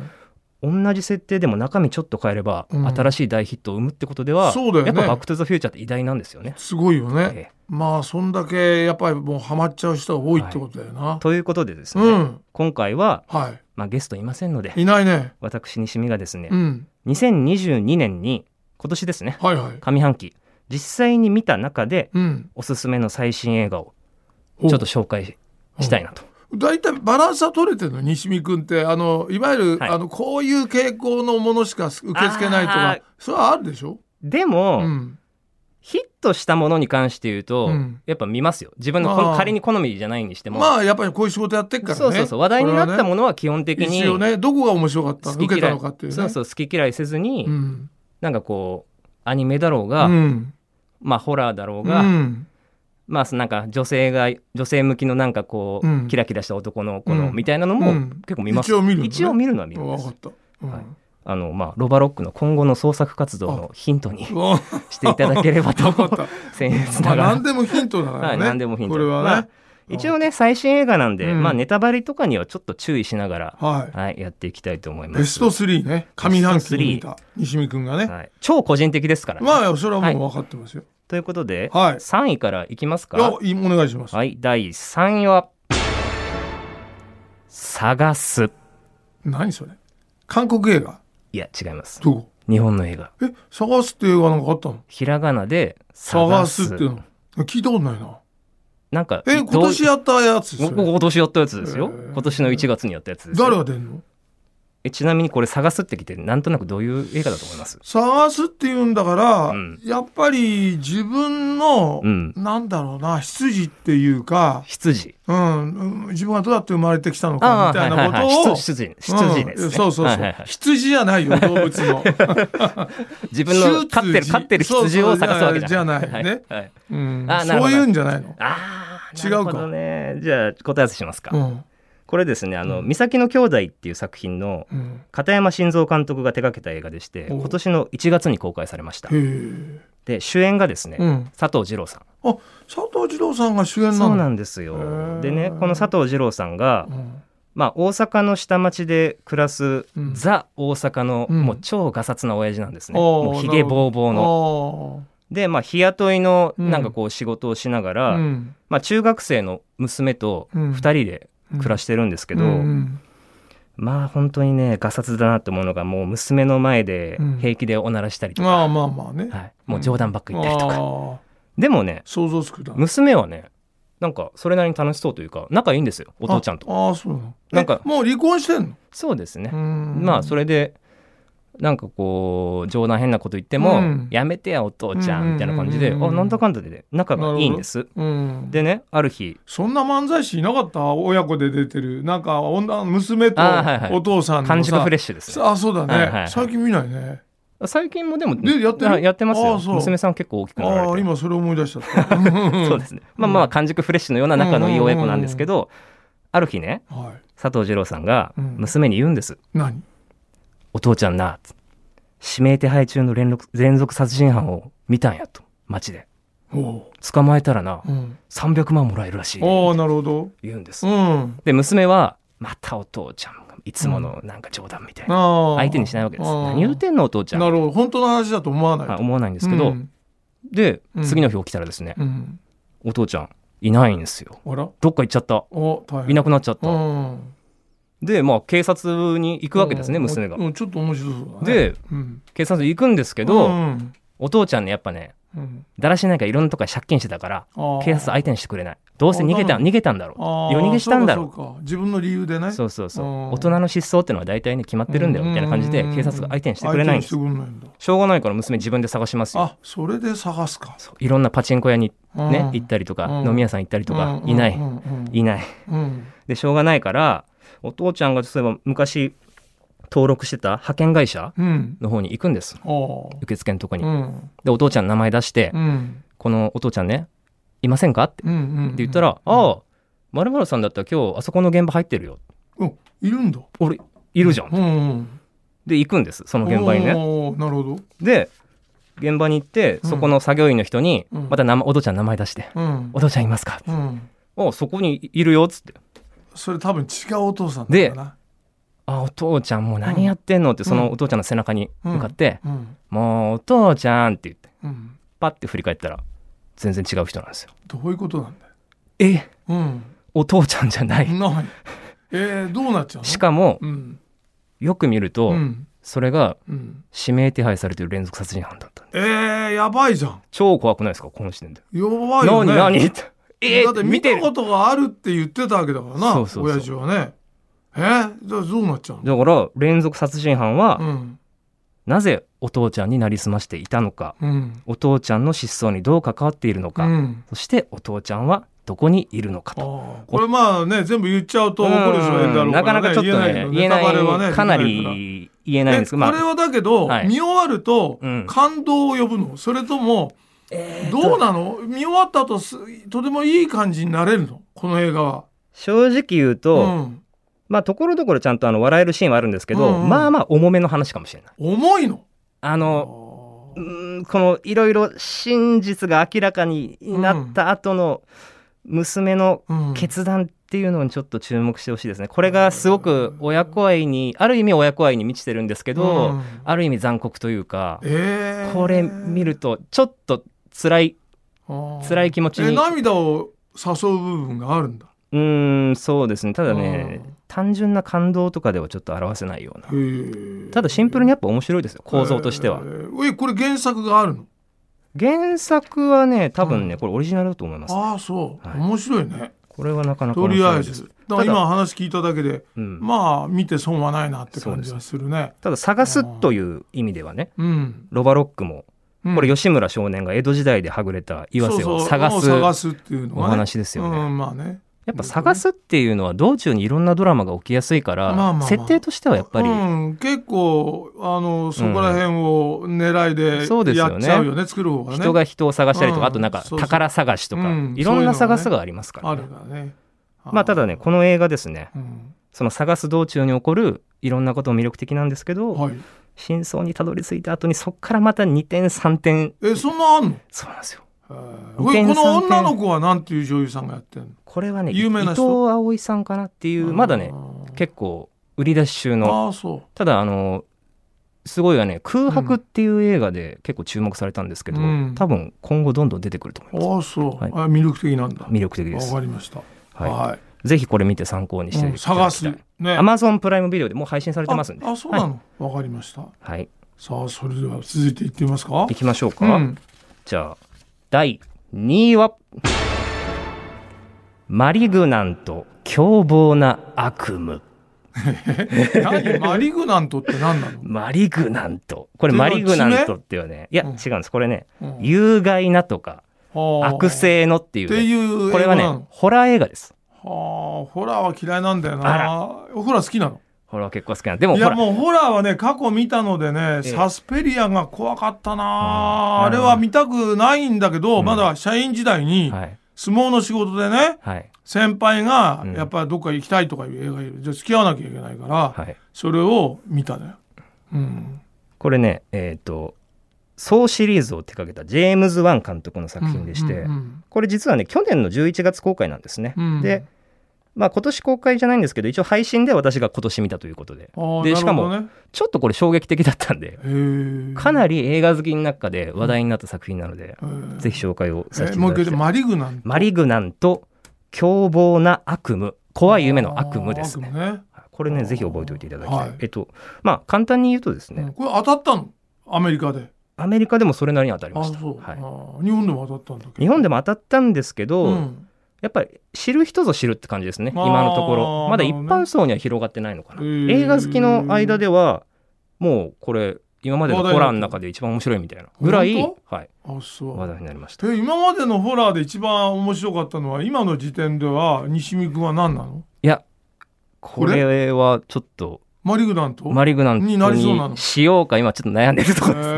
Speaker 3: 同じ設定でも中身ちょっと変えれば
Speaker 2: うん
Speaker 3: 新しい大ヒットを生むってことでは
Speaker 2: そうだよね
Speaker 3: やっぱ「バック・トゥ・ザ・フューチャー」って偉大なんですよね。
Speaker 2: すごいよね、
Speaker 3: ええ
Speaker 2: まあそんだけやっぱりもうハマっちゃう人が多いってことだよな、
Speaker 3: ということでですね、
Speaker 2: うん
Speaker 3: 今回は、
Speaker 2: は
Speaker 3: まあ、ゲストいませんので
Speaker 2: いいないね
Speaker 3: 私西見がですね
Speaker 2: うん
Speaker 3: 2022年に今年ですね
Speaker 2: はいはい
Speaker 3: 上半期実際に見た中で
Speaker 2: うん
Speaker 3: おすすめの最新映画を
Speaker 2: お
Speaker 3: ちょっと紹介したいなと。
Speaker 2: 大体バランスは取れてるの西見君ってあのいわゆる、
Speaker 3: はい
Speaker 2: あのこういう傾向のものしか受け付けないと
Speaker 3: あ
Speaker 2: か
Speaker 3: ー
Speaker 2: それはあるでしょ、
Speaker 3: でも、
Speaker 2: うん、
Speaker 3: ヒットしたものに関して言うと、
Speaker 2: うん
Speaker 3: やっぱ見ますよ自分のこの
Speaker 2: あー
Speaker 3: 仮に好みじゃないにしても、
Speaker 2: まあやっぱりこういう仕事やってっからね
Speaker 3: そうそうそう話題になったものは基本
Speaker 2: こ
Speaker 3: 的
Speaker 2: れはね
Speaker 3: に
Speaker 2: 一応ねどこが面白かった
Speaker 3: 好
Speaker 2: の
Speaker 3: き
Speaker 2: 受け
Speaker 3: 嫌
Speaker 2: た
Speaker 3: い、
Speaker 2: のかっていうね
Speaker 3: そうそう好き嫌いせずに、
Speaker 2: うん
Speaker 3: なんかこうアニメだろうが、
Speaker 2: うん
Speaker 3: まあホラーだろう
Speaker 2: う
Speaker 3: が、
Speaker 2: ん
Speaker 3: まあそのなんか女性が女性向きのなんかこう、
Speaker 2: うん
Speaker 3: キラキラした男の子の、
Speaker 2: うん
Speaker 3: みたいなの
Speaker 2: う
Speaker 3: も
Speaker 2: ん
Speaker 3: 結構見ます、
Speaker 2: 一応見るのね
Speaker 3: 一応見るのは見るんで
Speaker 2: 分
Speaker 3: す
Speaker 2: かった、うん
Speaker 3: はいあのまあロバロックの今後の創作活動のヒントに
Speaker 2: うわ
Speaker 3: していただければと
Speaker 2: 分かった
Speaker 3: (laughs) 僭越
Speaker 2: まあ
Speaker 3: ながら
Speaker 2: 何でもヒントだから
Speaker 3: は
Speaker 2: ね
Speaker 3: い、何でもヒント
Speaker 2: これはね、
Speaker 3: まあ一応ね最新映画なんで、
Speaker 2: うん
Speaker 3: まあネタバレとかにはちょっと注意しながら、
Speaker 2: はい。
Speaker 3: はい、やっていきたいと思います
Speaker 2: ベスト3ね。上半期
Speaker 3: ベスト
Speaker 2: に
Speaker 3: 3
Speaker 2: 見た西見くんがね。
Speaker 3: はい、超個人的ですから、ね
Speaker 2: まあ、それはもう分かってますよ。
Speaker 3: ということで、
Speaker 2: はい
Speaker 3: 3位からいきます
Speaker 2: いや、
Speaker 3: か
Speaker 2: いいお願いします。
Speaker 3: はい第3位は「探す
Speaker 2: 何それ韓国映画」
Speaker 3: いや違います
Speaker 2: どこ
Speaker 3: 日本の映画
Speaker 2: え、探すって映画なんかあったの
Speaker 3: ひらがなで「探
Speaker 2: 探
Speaker 3: す」
Speaker 2: すっていうの。聞いたことないな。
Speaker 3: なんか
Speaker 2: え、今年
Speaker 3: や
Speaker 2: やったやつです
Speaker 3: 今年やったやつですよ、
Speaker 2: へー
Speaker 3: 今年の1月にやったやつですよ
Speaker 2: 誰が出んの
Speaker 3: ええちなみにこれ探すってきてなんとなくどういう映画だと思います
Speaker 2: 探すって言うんだから、
Speaker 3: うん
Speaker 2: やっぱり自分の、
Speaker 3: うん
Speaker 2: なんだろうな羊っていうか、
Speaker 3: 羊
Speaker 2: うん、うん自分はどうやって生まれてきたの
Speaker 3: あ
Speaker 2: かみたいなことを、
Speaker 3: はいはいはい、羊羊羊ですね、
Speaker 2: うんそうそうそう、
Speaker 3: はいはいはい
Speaker 2: 羊じゃないよ動物
Speaker 3: (laughs)
Speaker 2: の、
Speaker 3: 自分の飼ってる
Speaker 2: 羊
Speaker 3: 飼ってる羊を探すわけじゃない
Speaker 2: そうそうじゃないね
Speaker 3: はいはい
Speaker 2: うん
Speaker 3: あーなるほ
Speaker 2: そ
Speaker 3: ど
Speaker 2: ういうんじゃないの、
Speaker 3: あー
Speaker 2: 違う
Speaker 3: な
Speaker 2: か
Speaker 3: るほどねじゃあ答え合わせしますか、
Speaker 2: うん
Speaker 3: これですねあの「三崎の兄弟」っていう作品の
Speaker 2: うん、
Speaker 3: 片山晋三監督が手掛けた映画でして
Speaker 2: お
Speaker 3: 今年の1月に公開されました
Speaker 2: へえ、
Speaker 3: で主演がですね、
Speaker 2: うん、
Speaker 3: 佐藤二朗さん
Speaker 2: あ佐藤二朗さんが主演なの
Speaker 3: そうなんです
Speaker 2: へ
Speaker 3: よ
Speaker 2: ー
Speaker 3: でねこの佐藤二朗さんが、
Speaker 2: うん
Speaker 3: まあ、大阪の下町で暮らす、
Speaker 2: うん
Speaker 3: ザ大阪の、
Speaker 2: うん
Speaker 3: もう超ガサツな親父なんですね
Speaker 2: あー
Speaker 3: もうひげぼうぼうの
Speaker 2: の
Speaker 3: で、まあ、日雇いの
Speaker 2: うん
Speaker 3: なんかこう仕事をしなが
Speaker 2: あ
Speaker 3: ら、
Speaker 2: ーうん
Speaker 3: まあ、中学生の娘と
Speaker 2: うん
Speaker 3: 2人で暮らしてるんですけど、
Speaker 2: うんうん
Speaker 3: まあ本当にねガサツだなって思うのがもう娘の前で
Speaker 2: うん
Speaker 3: 平気でおならしたりと
Speaker 2: ま
Speaker 3: か、
Speaker 2: あまあまあね、
Speaker 3: はい、もう冗談ばっか言ったりと
Speaker 2: あ
Speaker 3: か、
Speaker 2: ー
Speaker 3: でもね
Speaker 2: 想像つくだ
Speaker 3: 娘はねなんかそれなりに楽しそうというか仲いいんですよお父ちゃんと
Speaker 2: ああーそうなの
Speaker 3: な
Speaker 2: なんん
Speaker 3: か
Speaker 2: かもう離婚してんの
Speaker 3: そうですね、ま
Speaker 2: ま
Speaker 3: あそ
Speaker 2: れ
Speaker 3: れでなんかこう冗談変なこと言っても
Speaker 2: う
Speaker 3: 「
Speaker 2: ん
Speaker 3: やめてやお父ちゃ
Speaker 2: うん
Speaker 3: ん」みたいな感じで、
Speaker 2: うん
Speaker 3: あなんだかんだでね仲がいいんです
Speaker 2: うん
Speaker 3: でねある日
Speaker 2: そんな漫才師いなかった親子で出てるなんか女娘と
Speaker 3: あーはいはい
Speaker 2: お父さんのさ
Speaker 3: 漢字がフレッシュですね
Speaker 2: あそうだね、
Speaker 3: はいはいはい
Speaker 2: 最近見ないね
Speaker 3: 最近もでも
Speaker 2: でやってる
Speaker 3: あやってます
Speaker 2: あ
Speaker 3: よ
Speaker 2: そう
Speaker 3: 娘さん結構大きくなられ
Speaker 2: あ
Speaker 3: て
Speaker 2: あ今それ思い出しちゃったう
Speaker 3: (laughs)
Speaker 2: ん
Speaker 3: そうですね。まあまあ、完熟フレッシュのような仲のいい親子なんですけど、ある日ね、
Speaker 2: はい
Speaker 3: 佐藤二郎さんが
Speaker 2: うん
Speaker 3: 娘に言うんです。
Speaker 2: 何
Speaker 3: お父ちゃんな、指名手配中の連続連続殺人犯を見たんやと、街で。
Speaker 2: おお
Speaker 3: 捕まえたらな、
Speaker 2: う、うん、
Speaker 3: 300万もらえるらしいで、
Speaker 2: ああなるほど
Speaker 3: 言うんです
Speaker 2: う。ん
Speaker 3: で、娘は、またお父ちゃんが、いつものなんか冗談みたいな。
Speaker 2: ああ
Speaker 3: 相手にしないわけです。
Speaker 2: あー
Speaker 3: 何言うてんのお父ちゃん。
Speaker 2: なるほど本当の話だと思わない
Speaker 3: はい
Speaker 2: と
Speaker 3: 思わないんですけど、
Speaker 2: うん
Speaker 3: で
Speaker 2: う、ん
Speaker 3: 次の日起きたらですね、
Speaker 2: うん
Speaker 3: お父ちゃん、いないんですよ。
Speaker 2: あら
Speaker 3: どっか行っちゃった。
Speaker 2: お大変
Speaker 3: いなくなっちゃった。
Speaker 2: うん
Speaker 3: で、まあ、警察に行くわけですね、
Speaker 2: うん
Speaker 3: 娘が。
Speaker 2: うんちょっと面白そうだね
Speaker 3: で、
Speaker 2: うん
Speaker 3: 警察に行くんですけど、
Speaker 2: うん
Speaker 3: お父ちゃんね、やっぱね、
Speaker 2: うん
Speaker 3: だらしないからいろんなとこから借金してたから、
Speaker 2: ああ
Speaker 3: 警察相手にしてくれない。どうせ逃げた、
Speaker 2: あ
Speaker 3: 逃げたんだろ
Speaker 2: あ
Speaker 3: う。
Speaker 2: ー
Speaker 3: 夜逃げしたんだろ
Speaker 2: そうかそうか自分の理由でね
Speaker 3: う。そうそうそうう。
Speaker 2: ん
Speaker 3: 大人の失踪ってのは大体ね、決まってるんだよ、みたいな感じで、
Speaker 2: うん
Speaker 3: 警察が相手にしてくれないんです
Speaker 2: 相。手にしてくれないんだ
Speaker 3: しょうがないから娘自分で探しますよ。
Speaker 2: あそれで探すか
Speaker 3: そういろんなパチンコ屋に
Speaker 2: うん
Speaker 3: ね、行ったりとか、
Speaker 2: うん
Speaker 3: 飲み屋さん行ったりとか、いな
Speaker 2: う
Speaker 3: い。
Speaker 2: んうん
Speaker 3: いない。
Speaker 2: うん
Speaker 3: で、しょうがないから、お父ちゃんがそういえば昔、登録してた派遣会社
Speaker 2: うん
Speaker 3: の方に行くんです。
Speaker 2: あー
Speaker 3: 受付のとこに
Speaker 2: う。ん
Speaker 3: で、お父ちゃんの名前出して、
Speaker 2: うん
Speaker 3: このお父ちゃんね、いませんかって
Speaker 2: うんうん
Speaker 3: って言ったら、ああ、まるまるさんだったら今日あそこの現場入ってるよ。
Speaker 2: うんいるんだ
Speaker 3: 俺、いるじゃん。
Speaker 2: うんうん
Speaker 3: で、行くんです、その現場にね。
Speaker 2: おーなるほど
Speaker 3: で、現場に行って、
Speaker 2: うん
Speaker 3: そこの作業員の人に、
Speaker 2: うん
Speaker 3: また名前お父ちゃんの名前出して、
Speaker 2: うん
Speaker 3: お父ちゃんいますか
Speaker 2: うん
Speaker 3: おそこにいるよ、つって。
Speaker 2: それ多分違うお父さんだったな
Speaker 3: あ、お父ちゃんもう何やってんのって、そのお父ちゃんの背中に向かって、
Speaker 2: うん
Speaker 3: もうお父ちゃんって言って、
Speaker 2: うん
Speaker 3: パッて振り返ったら、全然違う人なんですよ。
Speaker 2: どういうことなんだよ
Speaker 3: え、
Speaker 2: うん
Speaker 3: お父ちゃんじゃない。
Speaker 2: ないえーどうなっちゃうの
Speaker 3: しかも、
Speaker 2: うん
Speaker 3: よく見ると、
Speaker 2: うん
Speaker 3: それが
Speaker 2: うん
Speaker 3: 指名手配されてる連続殺人犯だった。
Speaker 2: えーやばいじゃん
Speaker 3: 超怖くないですかこの時点で。
Speaker 2: やばいよ
Speaker 3: 何
Speaker 2: ね
Speaker 3: 何 (laughs) ってえ
Speaker 2: だって見た
Speaker 3: だ
Speaker 2: こ
Speaker 3: か
Speaker 2: とがあるって言ってたわけだからな
Speaker 3: そうそうそう
Speaker 2: 親父はねえだからどうなっちゃうの
Speaker 3: ら連続殺人犯は、
Speaker 2: うん
Speaker 3: なぜお父ちゃんになりすましていたのか
Speaker 2: うん
Speaker 3: お父ちゃんの失踪にどう関わっているの
Speaker 2: う
Speaker 3: か、
Speaker 2: ん
Speaker 3: そしてお父ちゃんはどこにいるのか
Speaker 2: あ
Speaker 3: と。
Speaker 2: あこれまあね全部言っちゃうと怒る人がいるだ
Speaker 3: う
Speaker 2: ろ
Speaker 3: ん
Speaker 2: うか、
Speaker 3: なから
Speaker 2: ね、
Speaker 3: なかちょっとね言えない
Speaker 2: ネタバレはね
Speaker 3: かな
Speaker 2: できないから
Speaker 3: り言えないんですけど、ま
Speaker 2: えこれはだけど、
Speaker 3: はい
Speaker 2: 見終わると
Speaker 3: うん
Speaker 2: 感動を呼ぶのそれとも、どうなの見終わった後すとてもいい感じになれるのこの映画は。
Speaker 3: 正直言うと、
Speaker 2: うん、
Speaker 3: まあところどころちゃんとあの笑えるシーンはあるんですけど、
Speaker 2: うんうん
Speaker 3: まあまあ重めの話かもしれない。
Speaker 2: 重いの
Speaker 3: あのうーんこのいろいろ真実が明らかになった後の娘の
Speaker 2: うん
Speaker 3: 決断っていうのにちょっと注目してほしいですね。これがすごく親子愛にある意味親子愛に満ちてるんですけど、
Speaker 2: うん
Speaker 3: ある意味残酷というか、
Speaker 2: えー
Speaker 3: これ見るとちょっと辛い辛い気持ち
Speaker 2: え
Speaker 3: に
Speaker 2: 涙を誘う部分があるんだ
Speaker 3: うーんそうですねただね
Speaker 2: うん
Speaker 3: 単純な感動とかではちょっと表せないようなた
Speaker 2: た
Speaker 3: だシンプルにやっぱ面白いですよ構造としては
Speaker 2: えーえこれ原作があるの
Speaker 3: 原作はね多分ね
Speaker 2: うん
Speaker 3: これオリジナルだと思います
Speaker 2: ああそう、
Speaker 3: はい
Speaker 2: 面白いね
Speaker 3: これはなかなか
Speaker 2: と
Speaker 3: 面
Speaker 2: りあ
Speaker 3: 白
Speaker 2: え
Speaker 3: いです
Speaker 2: ずだから今話聞いただけで、
Speaker 3: うん
Speaker 2: まあ見て損はないなって感じはするね。
Speaker 3: ただ探すという意味ではね
Speaker 2: うん、
Speaker 3: ロバロックも
Speaker 2: うん
Speaker 3: これ吉村少年が江戸時代ではぐれた岩瀬を探
Speaker 2: そう
Speaker 3: す
Speaker 2: そう探すっていうのが、ね、
Speaker 3: お話ですよね
Speaker 2: うん、まあね。
Speaker 3: やっぱ探すっていうのは道中にいろんなドラマが起きやすいか
Speaker 2: まあまあ
Speaker 3: ら
Speaker 2: まあ
Speaker 3: 設定としてはやっぱり
Speaker 2: うん、結構あのそこら辺を狙い
Speaker 3: そうで
Speaker 2: ですや
Speaker 3: よね
Speaker 2: っちゃうよね、作る方がね。
Speaker 3: 人が人を探したりと
Speaker 2: うん
Speaker 3: かあとなんか
Speaker 2: そうそう
Speaker 3: 宝探しとか
Speaker 2: うん
Speaker 3: い
Speaker 2: そういう
Speaker 3: ろんな
Speaker 2: のがね
Speaker 3: 探すがありますから
Speaker 2: ある
Speaker 3: ね
Speaker 2: からね。
Speaker 3: まあただねこの映画ですね
Speaker 2: うん、
Speaker 3: その探す道中に起こるいろんなことも魅力的なんですけど
Speaker 2: はい。
Speaker 3: 真相にたどり着いた後にそこからまた2点3点
Speaker 2: えそんなあんの？
Speaker 3: そうなんですよ
Speaker 2: えー
Speaker 3: 二点
Speaker 2: この
Speaker 3: 三点
Speaker 2: 女の子はなんていう女優さんがやってるの？
Speaker 3: これはね伊
Speaker 2: 有名な
Speaker 3: 藤
Speaker 2: 人
Speaker 3: 葵さんかなっていうまだね
Speaker 2: あー
Speaker 3: 結構売り出し中の
Speaker 2: あーそう。
Speaker 3: ただあのすごいはね空白っていう映画で結構注目されたんですけど、
Speaker 2: うん
Speaker 3: 多分今後どんどん出てくると思います
Speaker 2: ああそう、
Speaker 3: はい
Speaker 2: あ魅力的なんだ
Speaker 3: 魅力的で
Speaker 2: わ
Speaker 3: す、
Speaker 2: かりました
Speaker 3: はい
Speaker 2: は
Speaker 3: ぜひこれ見て参考に
Speaker 2: い、
Speaker 3: していた
Speaker 2: う
Speaker 3: だ
Speaker 2: ん
Speaker 3: きたい、
Speaker 2: 探すね
Speaker 3: アマゾンプライムビデオでもう配信されて
Speaker 2: あ
Speaker 3: ますんで
Speaker 2: あそうなのわ、かりました
Speaker 3: はい、はい、
Speaker 2: さあそれでは続いていってみますか
Speaker 3: いきましょう
Speaker 2: う
Speaker 3: か、
Speaker 2: ん
Speaker 3: じゃあ第2位はマリグナント凶暴な悪夢
Speaker 2: 何マリグナントって何なの
Speaker 3: マリグナントこれ
Speaker 2: で
Speaker 3: マリグナントっていうねいや
Speaker 2: うん
Speaker 3: 違うんですこれね、
Speaker 2: うん
Speaker 3: 有害なとか
Speaker 2: はあ
Speaker 3: 悪性のってい
Speaker 2: っ
Speaker 3: う
Speaker 2: て
Speaker 3: ね、
Speaker 2: いう
Speaker 3: これは
Speaker 2: 英語な
Speaker 3: ね
Speaker 2: の
Speaker 3: ホラー映画です
Speaker 2: はあホラーは嫌いなんだよ
Speaker 3: あ
Speaker 2: なホラー好きなの
Speaker 3: ホラー結構好きなんでも
Speaker 2: い
Speaker 3: ほ
Speaker 2: や
Speaker 3: ら
Speaker 2: もうホラーはね過去見たのでね、
Speaker 3: ええ
Speaker 2: サスペリアが怖かった
Speaker 3: う
Speaker 2: な、
Speaker 3: ん
Speaker 2: あれは見たくないんだけど、
Speaker 3: うん
Speaker 2: まだ社員時代に
Speaker 3: はい
Speaker 2: 相撲の仕事でね、
Speaker 3: はい
Speaker 2: 先輩が
Speaker 3: うん
Speaker 2: やっぱりどっか行きたいとかいう映画いるじゃあ付き合わなきゃいけないから、
Speaker 3: はい
Speaker 2: それを見たのよ。うん、
Speaker 3: これねえっ、と総シリーズを手掛けたジェームズ・ワン監督の作品でして、
Speaker 2: うん
Speaker 3: これ実はね去年の11月公開なんですね、
Speaker 2: うん
Speaker 3: でまあ今年公開じゃないんですけど一応配信で私が今年見たということででしかも、
Speaker 2: あーなる
Speaker 3: ちょっとこれ衝撃的だったんで
Speaker 2: ほどねへえ
Speaker 3: かなり映画好きの中で話題になった作品なので、
Speaker 2: り
Speaker 3: ぜひ紹介をさせてい
Speaker 2: もう
Speaker 3: た
Speaker 2: 一
Speaker 3: だ
Speaker 2: 回
Speaker 3: き
Speaker 2: 言
Speaker 3: た
Speaker 2: って
Speaker 3: い
Speaker 2: マリグナン
Speaker 3: マリグナント凶暴な悪夢怖い夢の悪夢です
Speaker 2: あ
Speaker 3: ね
Speaker 2: ー悪夢ね
Speaker 3: これねぜひ覚えておいていただきたい、
Speaker 2: はい
Speaker 3: えっとまあ簡単に言うとですね、
Speaker 2: うんこれ当たったのアメリカで。
Speaker 3: アメリカでもそれなりに当たり
Speaker 2: あ
Speaker 3: ました。
Speaker 2: そう、
Speaker 3: はい
Speaker 2: あ、ー日本でも当たったんだけど。
Speaker 3: 日本
Speaker 2: で
Speaker 3: でも当たったんですけど、
Speaker 2: うん
Speaker 3: やっぱり知る人ぞ知るって感じですね、
Speaker 2: あー
Speaker 3: 今のところ。まだ一
Speaker 2: なるほどね
Speaker 3: 般層には広がってないのかな。
Speaker 2: へー
Speaker 3: 映画好きの間では、もうこれ、今までのホラーの中で一番面白いみたいなぐらい、
Speaker 2: 本
Speaker 3: はい、
Speaker 2: あそ
Speaker 3: 話題
Speaker 2: う
Speaker 3: になりました。
Speaker 2: え今までのホラーで一番面白かったのは今の時点では西見君は何なの
Speaker 3: いや、これはちょっと、
Speaker 2: マリグナント
Speaker 3: マリグナン
Speaker 2: にな
Speaker 3: ト
Speaker 2: りそうなの
Speaker 3: にしようか、今ちょっと悩んでるところです。
Speaker 2: え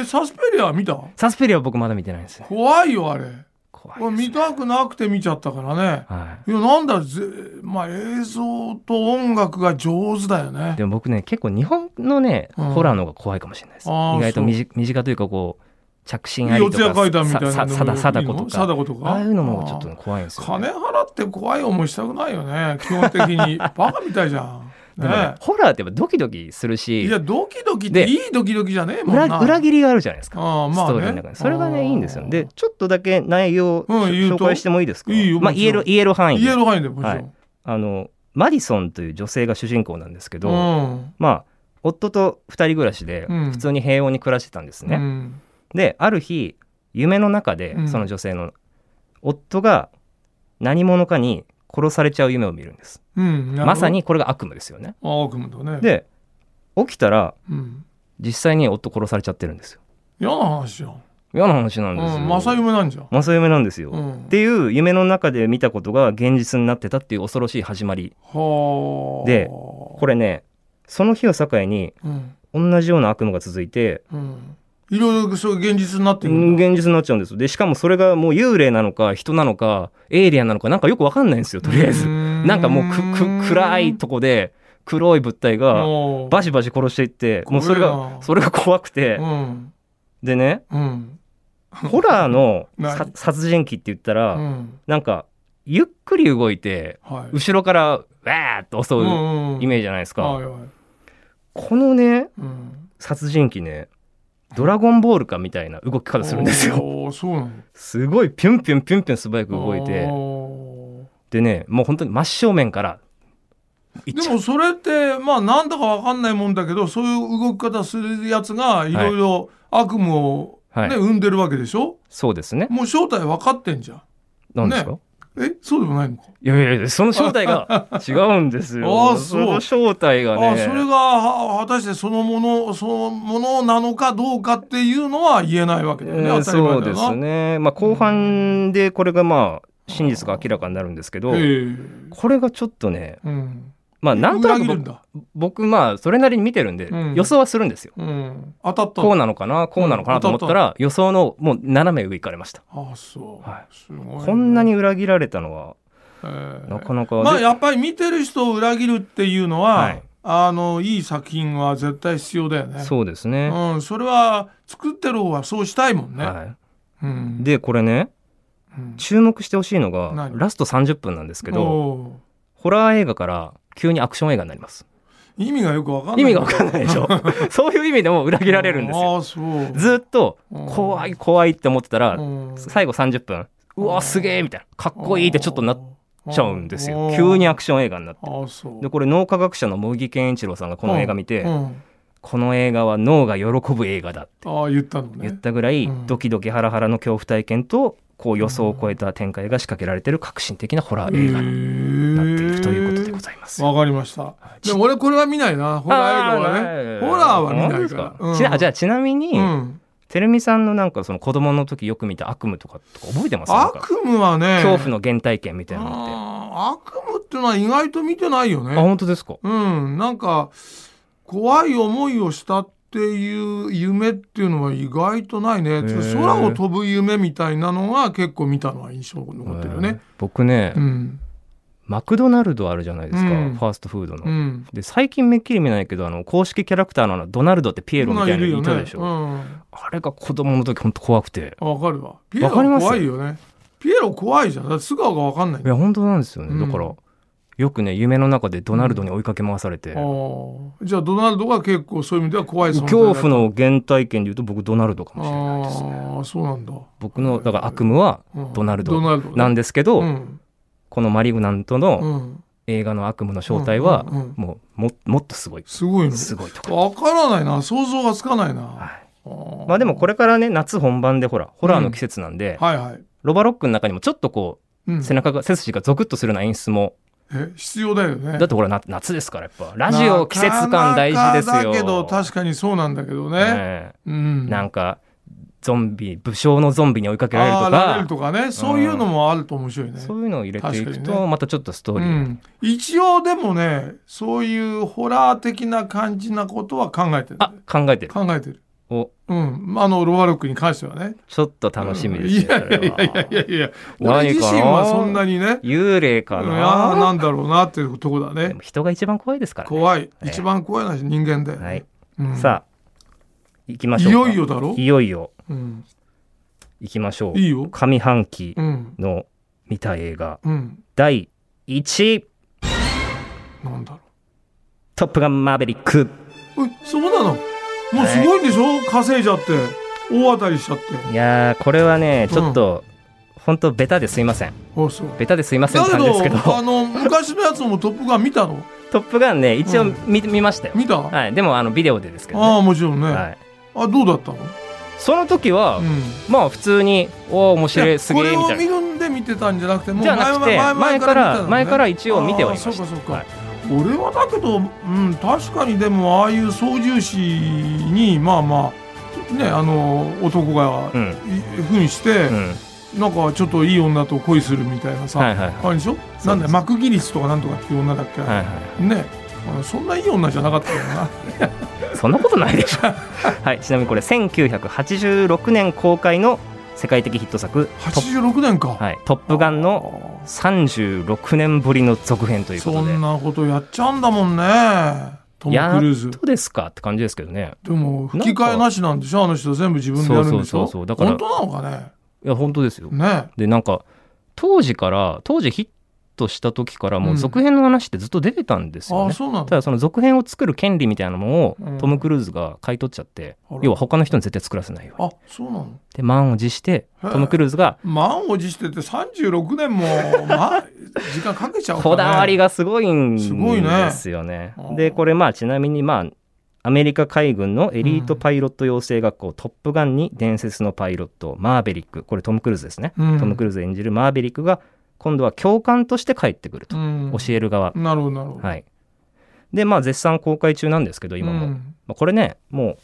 Speaker 2: えサスペリア見た
Speaker 3: サスペリアは僕まだ見てないんですね。
Speaker 2: 怖いよあれ
Speaker 3: 怖
Speaker 2: これ
Speaker 3: いです
Speaker 2: 見たくなくて見ちゃったからね
Speaker 3: はい
Speaker 2: やなんだぜ、まあ、映像と音楽が上手だよ
Speaker 3: い。
Speaker 2: ね
Speaker 3: でも僕ね、結構日本のね、
Speaker 2: うん
Speaker 3: ホラーの方が怖いかもしれないです。
Speaker 2: あ
Speaker 3: 意
Speaker 2: ー
Speaker 3: 外と
Speaker 2: そう
Speaker 3: 身近身近というか、こう、着信あり
Speaker 2: 四
Speaker 3: と
Speaker 2: 谷
Speaker 3: か、
Speaker 2: 階段みたいな
Speaker 3: さささださだことか。
Speaker 2: 貞子とか
Speaker 3: ああいうのもちょっとね怖いんです
Speaker 2: あー
Speaker 3: よ、
Speaker 2: 金
Speaker 3: ね。
Speaker 2: 払って怖い思いしたくないよね基本的に (laughs) バカみたいじゃん
Speaker 3: でもね
Speaker 2: ね
Speaker 3: ホラーってやっぱドキドキする
Speaker 2: い
Speaker 3: し
Speaker 2: やドキドキって
Speaker 3: で
Speaker 2: いいドキドキじゃねえもんな
Speaker 3: 裏裏切りがあるじゃないですか、
Speaker 2: ああまあ
Speaker 3: ストーリー
Speaker 2: ね
Speaker 3: の中にそれが
Speaker 2: あー
Speaker 3: ねいいんですよでちょっとだけ内容を、
Speaker 2: うん言うと
Speaker 3: 紹介してもいいですか
Speaker 2: いいよ
Speaker 3: まあ、
Speaker 2: もち
Speaker 3: 言え
Speaker 2: ろん
Speaker 3: る言える範囲
Speaker 2: 言え
Speaker 3: で
Speaker 2: る範囲でもちろん、
Speaker 3: はいあのマディソンという女性が主人公なんですけど、
Speaker 2: うん
Speaker 3: まあ夫と二人暮らしで
Speaker 2: うん
Speaker 3: 普通に平穏に暮らしてたんですね、
Speaker 2: うん
Speaker 3: である日夢の中で
Speaker 2: うん
Speaker 3: その女性の夫が何者かに殺されちゃう夢を見るんです
Speaker 2: うん、
Speaker 3: まさにこれが悪夢ですよね
Speaker 2: ああ悪夢だね、
Speaker 3: で起きたら
Speaker 2: うん、
Speaker 3: 実際に夫殺されちゃってるんですよ
Speaker 2: 嫌な話じゃん
Speaker 3: 嫌な話なんですよ、
Speaker 2: うん、正夢なんじゃん。
Speaker 3: 正夢なんですよ、
Speaker 2: う
Speaker 3: っ
Speaker 2: ん、
Speaker 3: ていう夢の中で見たことが現実になってたっていう恐ろしい始まり
Speaker 2: はあ。
Speaker 3: でこれねその日を境に
Speaker 2: うん、
Speaker 3: 同じような悪夢が続いて
Speaker 2: うん。いろいろそういう現実になっていくんだ。
Speaker 3: 現実になっちゃうんですよでしかもそれがもう幽霊なのか人なのかエイリアンなのかなんかよくわかんないんですよとりあえずなんかもうくく暗いとこで黒い物体が
Speaker 2: こ
Speaker 3: バシバシ殺していってもうそれ
Speaker 2: 怖い
Speaker 3: が
Speaker 2: な
Speaker 3: それが怖くて
Speaker 2: うん。
Speaker 3: でね
Speaker 2: (laughs) うん。
Speaker 3: ホラーのさ
Speaker 2: 何
Speaker 3: 殺人鬼って言った
Speaker 2: う
Speaker 3: ら、
Speaker 2: ん。
Speaker 3: なんかゆっくり動いて
Speaker 2: はい。
Speaker 3: 後ろからわーっと襲ううイ
Speaker 2: ージ
Speaker 3: メージじゃないですか、
Speaker 2: はいはい。
Speaker 3: このね
Speaker 2: うん。
Speaker 3: 殺人鬼ねドラゴンボールかみたいな動き方するんですよ
Speaker 2: おー。そうなの。
Speaker 3: すごいピュンピュンピュンピュン素早く動いて
Speaker 2: おー
Speaker 3: でねもう本当に真正面からいっ
Speaker 2: で
Speaker 3: ちゃう
Speaker 2: もそれってまあなんだかわかんないもんだけどそういう動き方するやつがいろいろ悪夢を、ね
Speaker 3: はい
Speaker 2: 生んでるわけでしょ
Speaker 3: そうですね
Speaker 2: もう正体分かってんじゃん
Speaker 3: 何ですか、
Speaker 2: え、そうでもないのか。
Speaker 3: いやいやいや、その正
Speaker 2: (laughs)
Speaker 3: 体が違うんですよ。
Speaker 2: あーそう
Speaker 3: の正体がね。
Speaker 2: あそれがは果たしてそのものそのものなのかどうかっていうのは言えないわけだよね、
Speaker 3: え
Speaker 2: 当
Speaker 3: ー
Speaker 2: たり前
Speaker 3: そう
Speaker 2: だ
Speaker 3: で
Speaker 2: よな。
Speaker 3: すね。まあ、後半でこれがまあ、真実が明らかになるんですけど、
Speaker 2: え
Speaker 3: これがちょっとね、
Speaker 2: えうん、
Speaker 3: まあ、なんとな
Speaker 2: 裏
Speaker 3: く
Speaker 2: 切るん
Speaker 3: 僕、
Speaker 2: だ、
Speaker 3: 僕まあ、それなりに見てるんで、
Speaker 2: うん
Speaker 3: 予想はするんですよ。
Speaker 2: うん、当たった
Speaker 3: こうなのかな、こうなのかなと思ったら、予想のもう斜め上行かれました。
Speaker 2: ああそう、
Speaker 3: は
Speaker 2: すごいね
Speaker 3: こんなに、裏切られたのは、
Speaker 2: ええ
Speaker 3: なかなか。
Speaker 2: まあ
Speaker 3: で
Speaker 2: やっぱり見てる人を裏切るっていうのは、
Speaker 3: はい
Speaker 2: あのいい作品は絶対必要だよね。
Speaker 3: そうですね。
Speaker 2: うん、それは作ってる方はそうしたいもんね。
Speaker 3: は
Speaker 2: うん
Speaker 3: い、で、これね、
Speaker 2: うん
Speaker 3: 注目してほしいのが、
Speaker 2: 何
Speaker 3: ラスト30分なんですけど、
Speaker 2: おう
Speaker 3: ホラー映画から急にアクション映画になります。
Speaker 2: 意味がよくわかんない
Speaker 3: 意味がわかんないでしょ (laughs) そういう意味でも裏切られるんですよ
Speaker 2: ああそう
Speaker 3: ずっと
Speaker 2: うん
Speaker 3: 怖い怖いって思ってたら
Speaker 2: うん
Speaker 3: 最後30分うわすげえみたいなかっこいいってちょっとなっちゃうんですよ
Speaker 2: あ
Speaker 3: 急にアクション映画になって
Speaker 2: ああそう
Speaker 3: でこれ脳科学者の茂木健一郎さんがこの映画見
Speaker 2: う
Speaker 3: て
Speaker 2: ん
Speaker 3: この映画は脳が喜ぶ映画だって
Speaker 2: ああ言ったのね
Speaker 3: 言ったぐらい
Speaker 2: うん
Speaker 3: ドキドキハラハラの恐怖体験とこう予想を超えた展開が仕掛けられてる革新的なホラー映画になっているということでございます
Speaker 2: わかりましたでも俺これは見ないなホラー映画はねホラーは見
Speaker 3: 何
Speaker 2: な
Speaker 3: で
Speaker 2: い
Speaker 3: す
Speaker 2: か
Speaker 3: から
Speaker 2: うん
Speaker 3: ちなあじゃあちなみに、
Speaker 2: うん
Speaker 3: てるみさんのなんかその子供の時よく見た悪夢とかとか覚えてますなんか
Speaker 2: 悪夢はね
Speaker 3: 恐怖の原体験みたいなのって。
Speaker 2: あー悪夢ってのは意外と見てないよ
Speaker 3: あ、
Speaker 2: ね
Speaker 3: 本当ですか
Speaker 2: うんなんか怖い思いをしたっていう夢っていうのは意外とないね
Speaker 3: ー
Speaker 2: 空を飛ぶ夢みたいなのは結構見たのは印象に残ってるよ
Speaker 3: え
Speaker 2: ね
Speaker 3: ー僕ね、
Speaker 2: うん
Speaker 3: マクドナルドあるじゃないですか、
Speaker 2: うん
Speaker 3: ファーストフードの。
Speaker 2: うん
Speaker 3: で、最近めっきり見ないけど、あの、公式キャラクターのあのドナルドってピエロみたいなのいたでしょ。
Speaker 2: うん
Speaker 3: あれが子供の時本当怖くて。
Speaker 2: わかるわ。ピエロ
Speaker 3: わかります
Speaker 2: 怖いよね。ピエロ怖いじゃん。だって素顔がわかんないん
Speaker 3: い
Speaker 2: だ
Speaker 3: や、本当なんですよ
Speaker 2: う
Speaker 3: ね。
Speaker 2: ん
Speaker 3: だから、よくね、夢の中でドナルドに追いかけ回されて、
Speaker 2: もん。ああじゃあドナルドが結構そういう意味では怖い存在だ
Speaker 3: 恐怖の原体験で言うと僕ドナルドかもしれないです。
Speaker 2: ああ、そうなんだ。
Speaker 3: 僕の、だから悪夢は
Speaker 2: うん
Speaker 3: ドナル
Speaker 2: ド
Speaker 3: ド
Speaker 2: ナルドね。
Speaker 3: なんですけど、
Speaker 2: うん
Speaker 3: このマリグナントの、
Speaker 2: うん。
Speaker 3: 映画の悪夢の正体は、
Speaker 2: うんうんうん
Speaker 3: もうももっとすごい
Speaker 2: すごい
Speaker 3: す
Speaker 2: の。
Speaker 3: ごいとこ
Speaker 2: わからないな。想像がつかないな。
Speaker 3: はい
Speaker 2: あ
Speaker 3: まあでもこれからね夏本番でほらホラーの季節なんで、
Speaker 2: あはいはい。
Speaker 3: ロバロックの中にもちょっとこ
Speaker 2: うん
Speaker 3: う背中が背筋がゾクッとするような演出も、
Speaker 2: え必要だよね。
Speaker 3: だってほらな夏ですからやっぱラジオ季節感大事ですよ
Speaker 2: なかなかだけど確かにそうなんだけどね。
Speaker 3: え
Speaker 2: うん。
Speaker 3: えなん
Speaker 2: か
Speaker 3: かゾンビ武将のゾンビに追いかけられると
Speaker 2: られる
Speaker 3: か
Speaker 2: とかね。そういうのもあると面白いね。
Speaker 3: そういうのを入れてい
Speaker 2: 確
Speaker 3: く
Speaker 2: かに
Speaker 3: と、
Speaker 2: ね
Speaker 3: またちょっとストー
Speaker 2: う
Speaker 3: リー、
Speaker 2: ん、一応でもねそういうホラー的な感じなことは考えてる
Speaker 3: あ考えてる
Speaker 2: 考えてる
Speaker 3: お
Speaker 2: うんあのロバロックに関してはね
Speaker 3: ちょっと楽しみです
Speaker 2: い、
Speaker 3: ね
Speaker 2: やいやいやいや
Speaker 3: そ
Speaker 2: い
Speaker 3: れは
Speaker 2: やいや
Speaker 3: 何
Speaker 2: 俺自身はそんなにね
Speaker 3: 幽霊
Speaker 2: いや
Speaker 3: かな
Speaker 2: なんだろうなっていうとこだ
Speaker 3: で
Speaker 2: ね
Speaker 3: も人が一番怖いですからね
Speaker 2: 怖い
Speaker 3: ええ
Speaker 2: 一番怖いのは人間で、
Speaker 3: はい。
Speaker 2: うん
Speaker 3: さあ、行きましょうか。
Speaker 2: いよいよだろ
Speaker 3: いよいよ
Speaker 2: うん、
Speaker 3: 行きましょう。
Speaker 2: いいよ
Speaker 3: 上半期
Speaker 2: うん
Speaker 3: の見た映画、
Speaker 2: うん
Speaker 3: 第1位、
Speaker 2: なんだろ
Speaker 3: トップガンマーベリック。
Speaker 2: うえそうなのもうすごいんでしょ稼いじゃって大当たりしちゃって
Speaker 3: いやー、これはね、ちょっと、本当ベタですいません。
Speaker 2: あそう
Speaker 3: ベタですいません
Speaker 2: だ
Speaker 3: って
Speaker 2: け
Speaker 3: 感じですけど、
Speaker 2: どあの昔のやつも「トップガン」見たの
Speaker 3: (laughs) トップガンね、一応
Speaker 2: うん
Speaker 3: 見,、見ましたよ。
Speaker 2: 見た、
Speaker 3: はい。でも、あの、ビデオでですけど
Speaker 2: あ
Speaker 3: ね。
Speaker 2: あもちろんね、
Speaker 3: はい。
Speaker 2: あどうだったの、
Speaker 3: その時は、
Speaker 2: うん
Speaker 3: まあ、普通に、おー、面白い、すげえ、み
Speaker 2: こ
Speaker 3: た
Speaker 2: れを
Speaker 3: い
Speaker 2: 見
Speaker 3: な。
Speaker 2: るんで見てたんじゃなくてもう
Speaker 3: じゃなくて、
Speaker 2: 前
Speaker 3: 前
Speaker 2: 前
Speaker 3: か、
Speaker 2: からら
Speaker 3: 前から
Speaker 2: 見
Speaker 3: 一応見てはいました。
Speaker 2: あーそうかそうか
Speaker 3: はい
Speaker 2: たのね俺はだけど、うん、確かにでもああいう操縦士にまあまあねあの男が
Speaker 3: うん。
Speaker 2: い扮して
Speaker 3: う、ん。
Speaker 2: なんかちょっといい女と恋するみたいなさ、
Speaker 3: はいはいはい
Speaker 2: あれでしょ
Speaker 3: す
Speaker 2: なんだよマクギリスとかなんとかっていう女だっけ、
Speaker 3: はいはい。
Speaker 2: ねあのそんないい女じゃなかったよ
Speaker 3: (laughs)
Speaker 2: な
Speaker 3: そんなことないで
Speaker 2: (laughs)
Speaker 3: しょ。はい、ちなみにこれ1986年公開の世界的ヒット作「トッ
Speaker 2: 86年か、
Speaker 3: プ,、はい、トップガン」の
Speaker 2: の
Speaker 3: 36年ぶりの続編というこ
Speaker 2: そ
Speaker 3: とで
Speaker 2: ん。なことやっちゃうんだもんねトム・
Speaker 3: や
Speaker 2: クルー
Speaker 3: っ
Speaker 2: ズ
Speaker 3: とですかって感じですけどね。
Speaker 2: でも吹き替えなしなんでしょあの人全部自分でやるんでしょ
Speaker 3: そうそうそうそうだから
Speaker 2: 本当なのか
Speaker 3: いや本当ですよ。
Speaker 2: ねね
Speaker 3: でなんか当時から当時ヒットした時からもう続編の話ってずっと出てたんですよ
Speaker 2: ああ
Speaker 3: ね。
Speaker 2: そうなん
Speaker 3: た
Speaker 2: だ
Speaker 3: だその続編を作る権利みたいなの
Speaker 2: う
Speaker 3: を
Speaker 2: ん
Speaker 3: トム・クルーズが買い取っちゃって、
Speaker 2: あら
Speaker 3: 要は他の人に絶対作らせないように。
Speaker 2: あそうなの
Speaker 3: で満を持して
Speaker 2: へえ
Speaker 3: トム・クルーズが
Speaker 2: 満を持してて36年も、 (laughs) まあ、時間かけちゃうから、ね、
Speaker 3: こだわり
Speaker 2: が
Speaker 3: がすごいん
Speaker 2: すごいね
Speaker 3: ですよね。
Speaker 2: うん
Speaker 3: でこれまあちなみにまあアメリカ海軍のエリートパイロット養成学校、トップガンに伝説のパイロットマーベリックこれトム・クルーズですね、
Speaker 2: うん
Speaker 3: トム・クルーズ演じるマーベリックが今度は教官として帰ってくると、
Speaker 2: うん
Speaker 3: 教える側、
Speaker 2: なるほどなるほど
Speaker 3: はい、でまあ絶賛公開中なんですけど今も、
Speaker 2: うん
Speaker 3: まあ、これねもう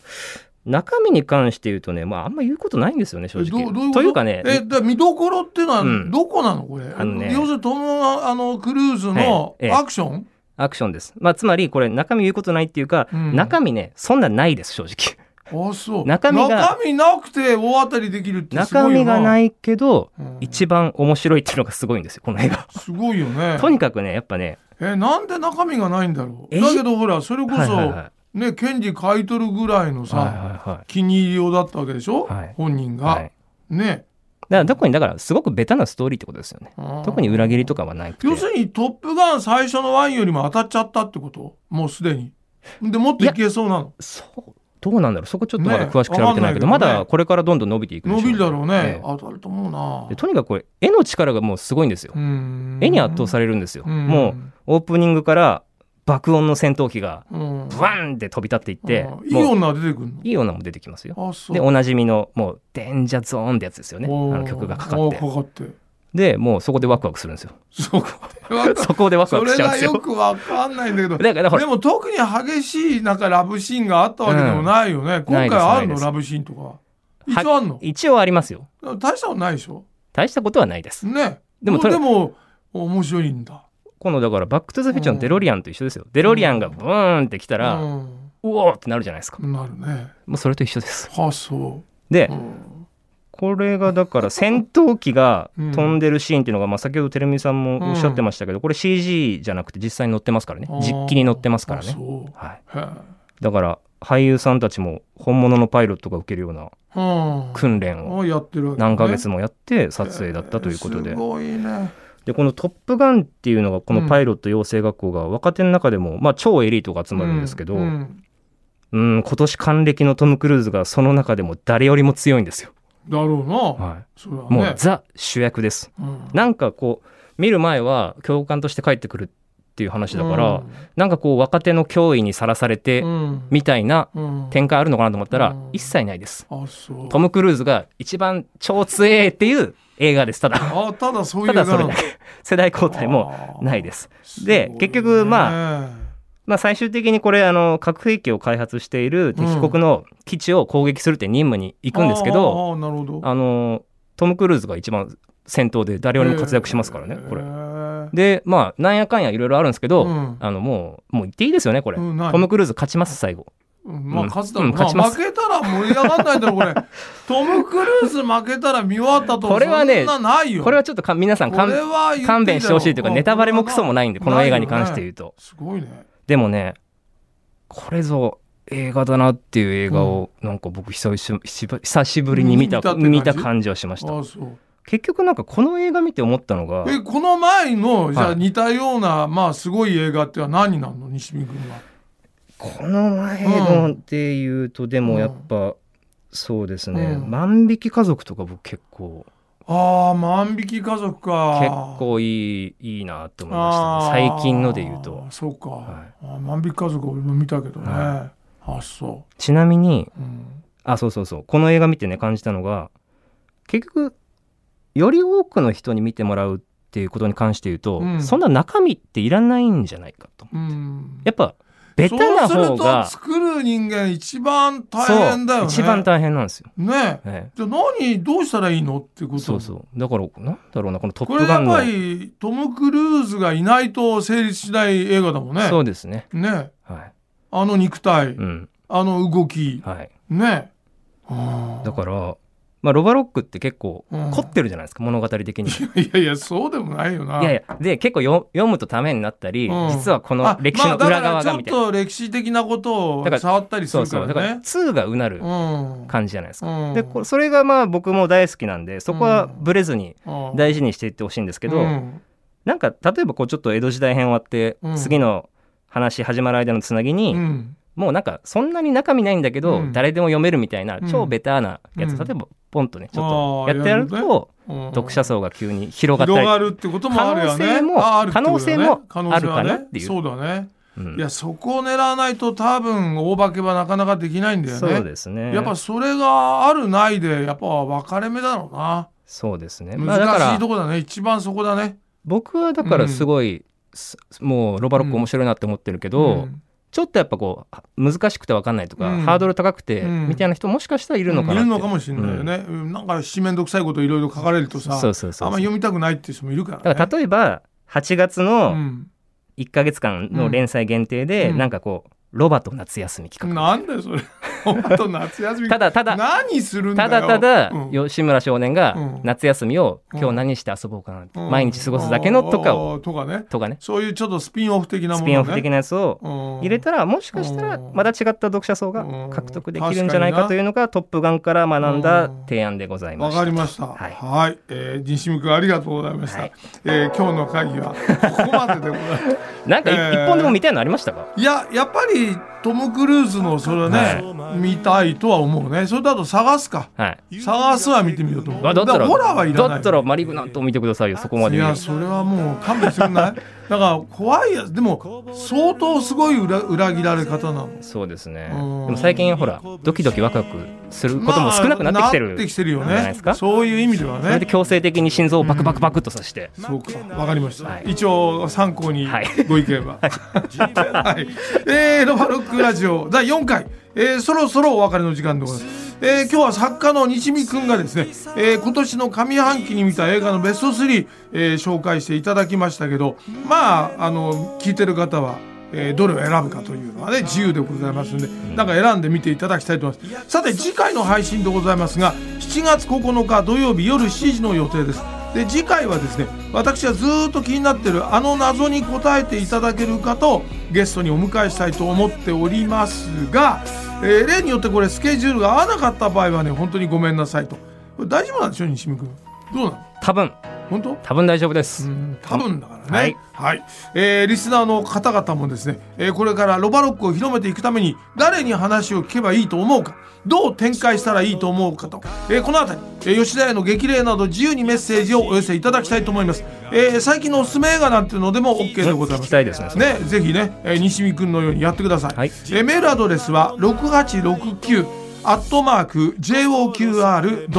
Speaker 3: 中身に関して言うとね、まあ、あんま言うことないんですよね正
Speaker 2: えど
Speaker 3: 直
Speaker 2: うどういうこと
Speaker 3: いうかね
Speaker 2: えだ見どころっていうのは
Speaker 3: うん
Speaker 2: どこなのこれ、
Speaker 3: あのね
Speaker 2: 要するにトム・あのクルーズの
Speaker 3: ええええ
Speaker 2: アクション、
Speaker 3: アクションです、まあ、つまりこれ中身言うことないっていうか、
Speaker 2: うん
Speaker 3: 中身ねそんなないです正直
Speaker 2: あそう
Speaker 3: 中身が
Speaker 2: 中身なくて大当たりできるってす
Speaker 3: 中
Speaker 2: ごいよ
Speaker 3: 身
Speaker 2: な
Speaker 3: がないけど
Speaker 2: うん
Speaker 3: 一番面白いっていうのがすごいんですよこの映画
Speaker 2: すごいよね
Speaker 3: とにかくねやっぱね
Speaker 2: えなんで中身がないんだろう
Speaker 3: え
Speaker 2: だけどほらそれこそ、
Speaker 3: はいはいは
Speaker 2: ね検事買い取るぐらいの
Speaker 3: い
Speaker 2: さ、
Speaker 3: はいはい
Speaker 2: 気に入りようだったわけでしょ、
Speaker 3: はい
Speaker 2: 本人が、
Speaker 3: はい
Speaker 2: ね
Speaker 3: だから特にだからすごくベタなストーリーってことですよね
Speaker 2: あー
Speaker 3: 特に裏切りとかはないくて
Speaker 2: 要するに「トップガン」最初のワンよりも当たっちゃったってこともうすでにでもっといけそうなの
Speaker 3: そうどうなんだろうそこちょっとまだ
Speaker 2: ね
Speaker 3: 詳しく調べてないけど,、
Speaker 2: わか
Speaker 3: ま
Speaker 2: んないけどね
Speaker 3: だこれからどんどん伸びていくでしょ
Speaker 2: 伸びるだろうね、
Speaker 3: ええ
Speaker 2: 当たると思うな
Speaker 3: でとにかくこれ絵の力がもうすごいんですよ、
Speaker 2: うん
Speaker 3: 絵に圧倒されるんですよ、
Speaker 2: うん
Speaker 3: もうオープニングから爆音の戦闘機が
Speaker 2: うん
Speaker 3: ブワンって飛び立っていって、
Speaker 2: あーいい
Speaker 3: もう
Speaker 2: 女が出てくるの
Speaker 3: いい女も出てきますよ
Speaker 2: あそう
Speaker 3: でおなじみのもう「デンジャーゾーン」ってやつですよねあ
Speaker 2: おー
Speaker 3: の曲がかかっ
Speaker 2: お
Speaker 3: て
Speaker 2: ーかかって
Speaker 3: でもうそこでワクワクする
Speaker 2: (laughs)
Speaker 3: んですよ
Speaker 2: そう
Speaker 3: (laughs)
Speaker 2: かわか
Speaker 3: そこでワクワ
Speaker 2: そ
Speaker 3: ク
Speaker 2: れ
Speaker 3: しちゃう
Speaker 2: が
Speaker 3: んですよ
Speaker 2: よくわかんないんだけど
Speaker 3: だからほら
Speaker 2: でも特に激しいなんかラブシーンがあったわけでもないよね、今回ある
Speaker 3: ないで
Speaker 2: の
Speaker 3: す
Speaker 2: ラブシーンとか一応あるの
Speaker 3: 一応ありますよ
Speaker 2: 大したことないでしょ
Speaker 3: 大したことはないです
Speaker 2: ね
Speaker 3: でもと
Speaker 2: で
Speaker 3: り
Speaker 2: も面白いんだ
Speaker 3: このだから「バック・トゥ・ザ・フューチャー」のデロリアンと一緒ですよデロリアンがブーンってきたら、う
Speaker 2: うん、
Speaker 3: おーってなるじゃないですか
Speaker 2: なるね
Speaker 3: もうそれと一緒です
Speaker 2: はあそ
Speaker 3: で、
Speaker 2: う、うん
Speaker 3: これがだから戦闘機が
Speaker 2: うん
Speaker 3: 飛んでるシーンっていうのが、まあ、先ほどテレミさんもおっしゃってましたけど、これ CG じゃなくて実際に乗ってますからね
Speaker 2: あー
Speaker 3: 実機に乗ってますから
Speaker 2: あ
Speaker 3: ね、
Speaker 2: そ
Speaker 3: はい、
Speaker 2: うへ
Speaker 3: だから俳優さんたちも本物のパイロットが受けるような
Speaker 2: えうん
Speaker 3: 訓練を
Speaker 2: をやってるわけね
Speaker 3: 何ヶ月もやって撮影だったということ
Speaker 2: えー
Speaker 3: です
Speaker 2: ごいね
Speaker 3: でこの「トップガン」っていうのがこのパイロット養成学校が若手の中でも、まあ、超エリートが集まるんですけど、
Speaker 2: う
Speaker 3: うん
Speaker 2: ん
Speaker 3: 今年還暦のトム・クルーズがその中でも誰よりも強いんですよ、
Speaker 2: だろうな、
Speaker 3: は、
Speaker 2: それはい
Speaker 3: もう
Speaker 2: ね
Speaker 3: ザ主役です
Speaker 2: うん
Speaker 3: なんかこう見る前は教官として帰ってくるっていう話だから、なんかこう若手の脅威にさらされて
Speaker 2: うん
Speaker 3: みたいな
Speaker 2: うん
Speaker 3: 展開あるのかなと思ったら、
Speaker 2: うん
Speaker 3: 一切ないです。
Speaker 2: あそう
Speaker 3: トム・クルーズが一番超強えっていう映画です。ただ、
Speaker 2: あただそういう
Speaker 3: ただそれ
Speaker 2: 柄
Speaker 3: だ
Speaker 2: な
Speaker 3: け世代交代も
Speaker 2: の
Speaker 3: ないです。
Speaker 2: すごい
Speaker 3: で
Speaker 2: ね
Speaker 3: 結局ままあ最終的にこれあの核兵器を開発している敵国の基地を攻撃するって任務に行くんですけど、
Speaker 2: あーなるほど
Speaker 3: あのトム・クルーズが一番先頭で誰よりも活躍しますからね、これ
Speaker 2: へ。ー
Speaker 3: でまあなんやかんやいろいろあるんですけど、
Speaker 2: うん
Speaker 3: あのもうもう言っていいですよねこれ、
Speaker 2: うんない
Speaker 3: トム・クルーズ勝ちます最後
Speaker 2: うんまあ
Speaker 3: うん
Speaker 2: 勝つだろう
Speaker 3: うん
Speaker 2: な
Speaker 3: 勝ちます
Speaker 2: 負けたら盛り上がらないだろう
Speaker 3: (laughs)
Speaker 2: これトム・クルーズ負けたら見終わったと
Speaker 3: これはね
Speaker 2: そんなないよ
Speaker 3: これはちょっとか皆さん
Speaker 2: こ
Speaker 3: かん
Speaker 2: れは言っていいだろ
Speaker 3: 勘弁してほしいというか
Speaker 2: ん
Speaker 3: ネタバレもクソもないんでこの映画に関して言うと、
Speaker 2: すごいね
Speaker 3: でもねこれぞ映画だなっていう映画を、なんか僕久しぶり久しぶりに見た
Speaker 2: 見たって感じ
Speaker 3: 見た感じはしました
Speaker 2: あそう
Speaker 3: 結局なんかこの映画見て思ったのが
Speaker 2: えこの前のじゃ
Speaker 3: は
Speaker 2: あ
Speaker 3: い
Speaker 2: 似たようなまあすごい映画ってのは何になるの西見君は
Speaker 3: この前ので言うと、でもやっぱ、そうですね、
Speaker 2: うん
Speaker 3: 万引き家族とか僕結構
Speaker 2: ああ万引き家族か
Speaker 3: 結構いいいいなって思いましたね、
Speaker 2: あー
Speaker 3: 最近ので言うと
Speaker 2: そうか、
Speaker 3: はい
Speaker 2: あ万引き家族俺も見たけどね、
Speaker 3: は
Speaker 2: あそ
Speaker 3: ちなみに
Speaker 2: う、うん、
Speaker 3: あそうそうそうこの映画見てね感じたのが結局より多くの人に見てもらうっていうことに関して言うと、
Speaker 2: うん
Speaker 3: そんな中身っていらないんじゃないかと
Speaker 2: うん、
Speaker 3: やっぱベタな方が
Speaker 2: そうすると作る人間一番大変だよね
Speaker 3: 一番大変なんですよ、
Speaker 2: ね
Speaker 3: え
Speaker 2: じゃあ何どうしたらいいのっていうこ
Speaker 3: え
Speaker 2: と
Speaker 3: そうそうだからなんだろうなこの「トッ
Speaker 2: こ
Speaker 3: プ
Speaker 2: れ
Speaker 3: ガ
Speaker 2: や
Speaker 3: ン
Speaker 2: っ
Speaker 3: の」
Speaker 2: ぱりトム・クルーズがいないと成立しない映画だもんね
Speaker 3: そうですね
Speaker 2: ね
Speaker 3: はい
Speaker 2: あの肉体、
Speaker 3: うん
Speaker 2: あの動き
Speaker 3: はい
Speaker 2: ね (laughs) あー
Speaker 3: だからまあロバロックって結構
Speaker 2: うん
Speaker 3: 凝ってるじゃないですか、物語的
Speaker 2: (laughs)
Speaker 3: に
Speaker 2: いやいやそうでもないよない
Speaker 3: やいやで結構よ読むとためになったり、
Speaker 2: うん
Speaker 3: 実はこの
Speaker 2: あ
Speaker 3: 歴史の
Speaker 2: まあ
Speaker 3: 裏側がみ
Speaker 2: だから
Speaker 3: たいな、
Speaker 2: ちょっと歴史的なこと
Speaker 3: だか
Speaker 2: を
Speaker 3: ら
Speaker 2: 触ったりす
Speaker 3: そう
Speaker 2: るか
Speaker 3: そ
Speaker 2: ら
Speaker 3: う
Speaker 2: ね
Speaker 3: だから2がうなる
Speaker 2: うん
Speaker 3: 感じじゃないですか、
Speaker 2: うん
Speaker 3: でこそれがまあ僕も大好きなんでそこはブレずに
Speaker 2: うん
Speaker 3: 大事にしていってほしいんですけど、
Speaker 2: うん
Speaker 3: なんか例えばこうちょっと江戸時代編終わって、
Speaker 2: うん
Speaker 3: 次の話始まる間のつなぎに、
Speaker 2: うん
Speaker 3: もうなんかそんなに中身ないんだけど、
Speaker 2: うん
Speaker 3: 誰でも読めるみたいな
Speaker 2: うん
Speaker 3: 超ベターなやつ、
Speaker 2: うん
Speaker 3: 例えばポンとねち
Speaker 2: あ
Speaker 3: ょっ
Speaker 2: ー
Speaker 3: とやってやる
Speaker 2: やる
Speaker 3: と、
Speaker 2: うん
Speaker 3: 読者層が急に広がった
Speaker 2: 広
Speaker 3: り
Speaker 2: がるってこともあるよね
Speaker 3: 可能性も
Speaker 2: ああるってことだよね
Speaker 3: 可能性も
Speaker 2: 可能性はね
Speaker 3: あるかなっていう
Speaker 2: そうだね、
Speaker 3: うん
Speaker 2: いやそこを狙わないと多分大化けはなかなかできないんだよね
Speaker 3: そうですね
Speaker 2: やっぱそれがあるないでやっぱ分かれ目だろうな
Speaker 3: そうですね、まあ、だか
Speaker 2: 難しい
Speaker 3: ら
Speaker 2: とこだね一番そこだね
Speaker 3: 僕はだからすごい、すもうロバロック面白いなって思ってるけど、
Speaker 2: うん
Speaker 3: ちょっとやっぱこうは難しくて分かんないとか、
Speaker 2: うん
Speaker 3: ハードル高くて、
Speaker 2: うん
Speaker 3: みたいな人もしかしたらいるのかなって、
Speaker 2: いるのかもしれないよね、うんなんか七面倒くさいこといろいろ書かれるとさ
Speaker 3: そうそうそうそう
Speaker 2: あんま読みたくないっていう人もいるからね
Speaker 3: だから例えば8月
Speaker 2: う
Speaker 3: の
Speaker 2: ん
Speaker 3: 1か月間の連載限定で、
Speaker 2: うん
Speaker 3: なんかこうロバと夏休み企画、
Speaker 2: なんだよそれ (laughs) あと夏休み
Speaker 3: ただただ
Speaker 2: 何するんだ
Speaker 3: た
Speaker 2: よ
Speaker 3: だただ
Speaker 2: うん
Speaker 3: 吉村少年が
Speaker 2: うん
Speaker 3: 夏休みを
Speaker 2: うん
Speaker 3: 今日何して遊ぼうかなって
Speaker 2: うん
Speaker 3: 毎日過ごすだけのとかを
Speaker 2: あーとかね
Speaker 3: とかね
Speaker 2: そういうちょっとスピンオフ的なもの、
Speaker 3: ス
Speaker 2: ね、
Speaker 3: ピンオフ的なやつを入れたらもしかしたら
Speaker 2: うん
Speaker 3: また違った読者層が
Speaker 2: うん
Speaker 3: 獲得できるんじゃないかというのがトップガンから学んだ提案でございま
Speaker 2: わ
Speaker 3: し
Speaker 2: か
Speaker 3: た。
Speaker 2: りました。は、
Speaker 3: はいい
Speaker 2: えー、西見君ありがとうございました。
Speaker 3: はい
Speaker 2: えー今日の会議はここまででございます。
Speaker 3: なんかい
Speaker 2: えー
Speaker 3: 一本でも見たいのありましたか
Speaker 2: いや、やっぱりトム・クルーズのそれはね、見たいとは思うね。それだと探すか。
Speaker 3: はい。
Speaker 2: 探すは見てみようと思う。
Speaker 3: あだったら
Speaker 2: ホラーはいら
Speaker 3: だ
Speaker 2: ない。
Speaker 3: ったらマリグナントを見てくださいよそこま
Speaker 2: い
Speaker 3: で言う
Speaker 2: や、それはもう勘弁してくん
Speaker 3: (laughs)
Speaker 2: ないだから怖いやつ。でも、相当すごい裏裏切られ方なの。
Speaker 3: そうですね。で
Speaker 2: うん
Speaker 3: も最近ほらドキドキワクワクすることも少なくなってきて
Speaker 2: まあ
Speaker 3: る
Speaker 2: なってきてるよ
Speaker 3: じゃない
Speaker 2: ね
Speaker 3: ですか。そ
Speaker 2: そういう意味では
Speaker 3: れで
Speaker 2: ね。
Speaker 3: 強制的に心臓をバクバクバクっとさして。
Speaker 2: そうか、わかりました。
Speaker 3: はい
Speaker 2: 一応参考に
Speaker 3: はい
Speaker 2: ご意見は。 (laughs) はい、えーロバロックラジオ第4回、えーそろそろお別れの時間でございます。えー今日は作家の西見くんがですね、えー今年の上半期に見た映画のベスト3、えー紹介していただきましたけど、まあ、あの、聞いてる方は、えーどれを選ぶかというのはね自由でございますんでなんか選んでみていただきたいと思いますさて次回の配信でございますが7月9日土曜日夜7時の予定ですで次回はですね私はずーっと気になってるあの謎に答えていただける方をゲストにお迎えしたいと思っておりますが、えー例によってこれスケジュールが合わなかった場合はね本当にごめんなさいとこれ大丈夫なんでしょ西見君どうなの
Speaker 3: 多分
Speaker 2: 本当
Speaker 3: 多分大丈夫です。
Speaker 2: うん多分だからね。は
Speaker 3: はいい、
Speaker 2: えーリスナーの方々もですね、えーこれからロバロックを広めていくために誰に話を聞けばいいと思うか、どう展開したらいいと思うかと、えーこのあたり、えー吉田屋の激励など自由にメッセージをお寄せいただきたいと思います。えー最近のおすすめ映画なんていうのでも OK でございます。
Speaker 3: 聞きたいですねそれ
Speaker 2: ね、ぜひね、えー西見くんのようにやってください。
Speaker 3: はい
Speaker 2: えーメールアドレスは6869アットマーク JOQR.net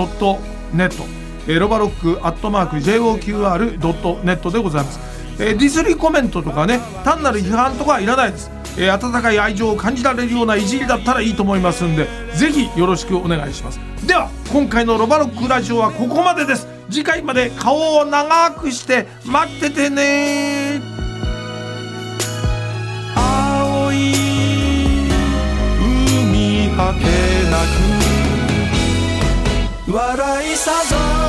Speaker 2: えーロバロックアットマーク JOQR.net でございます、えーディスリコメントとかね単なる批判とかはいらないです、えー温かい愛情を感じられるようないじりだったらいいと思いますんでぜひよろしくお願いしますでは今回のロバロックラジオはここまでです次回まで顔を長くして待っててね
Speaker 1: 青い海はけなく笑いさざ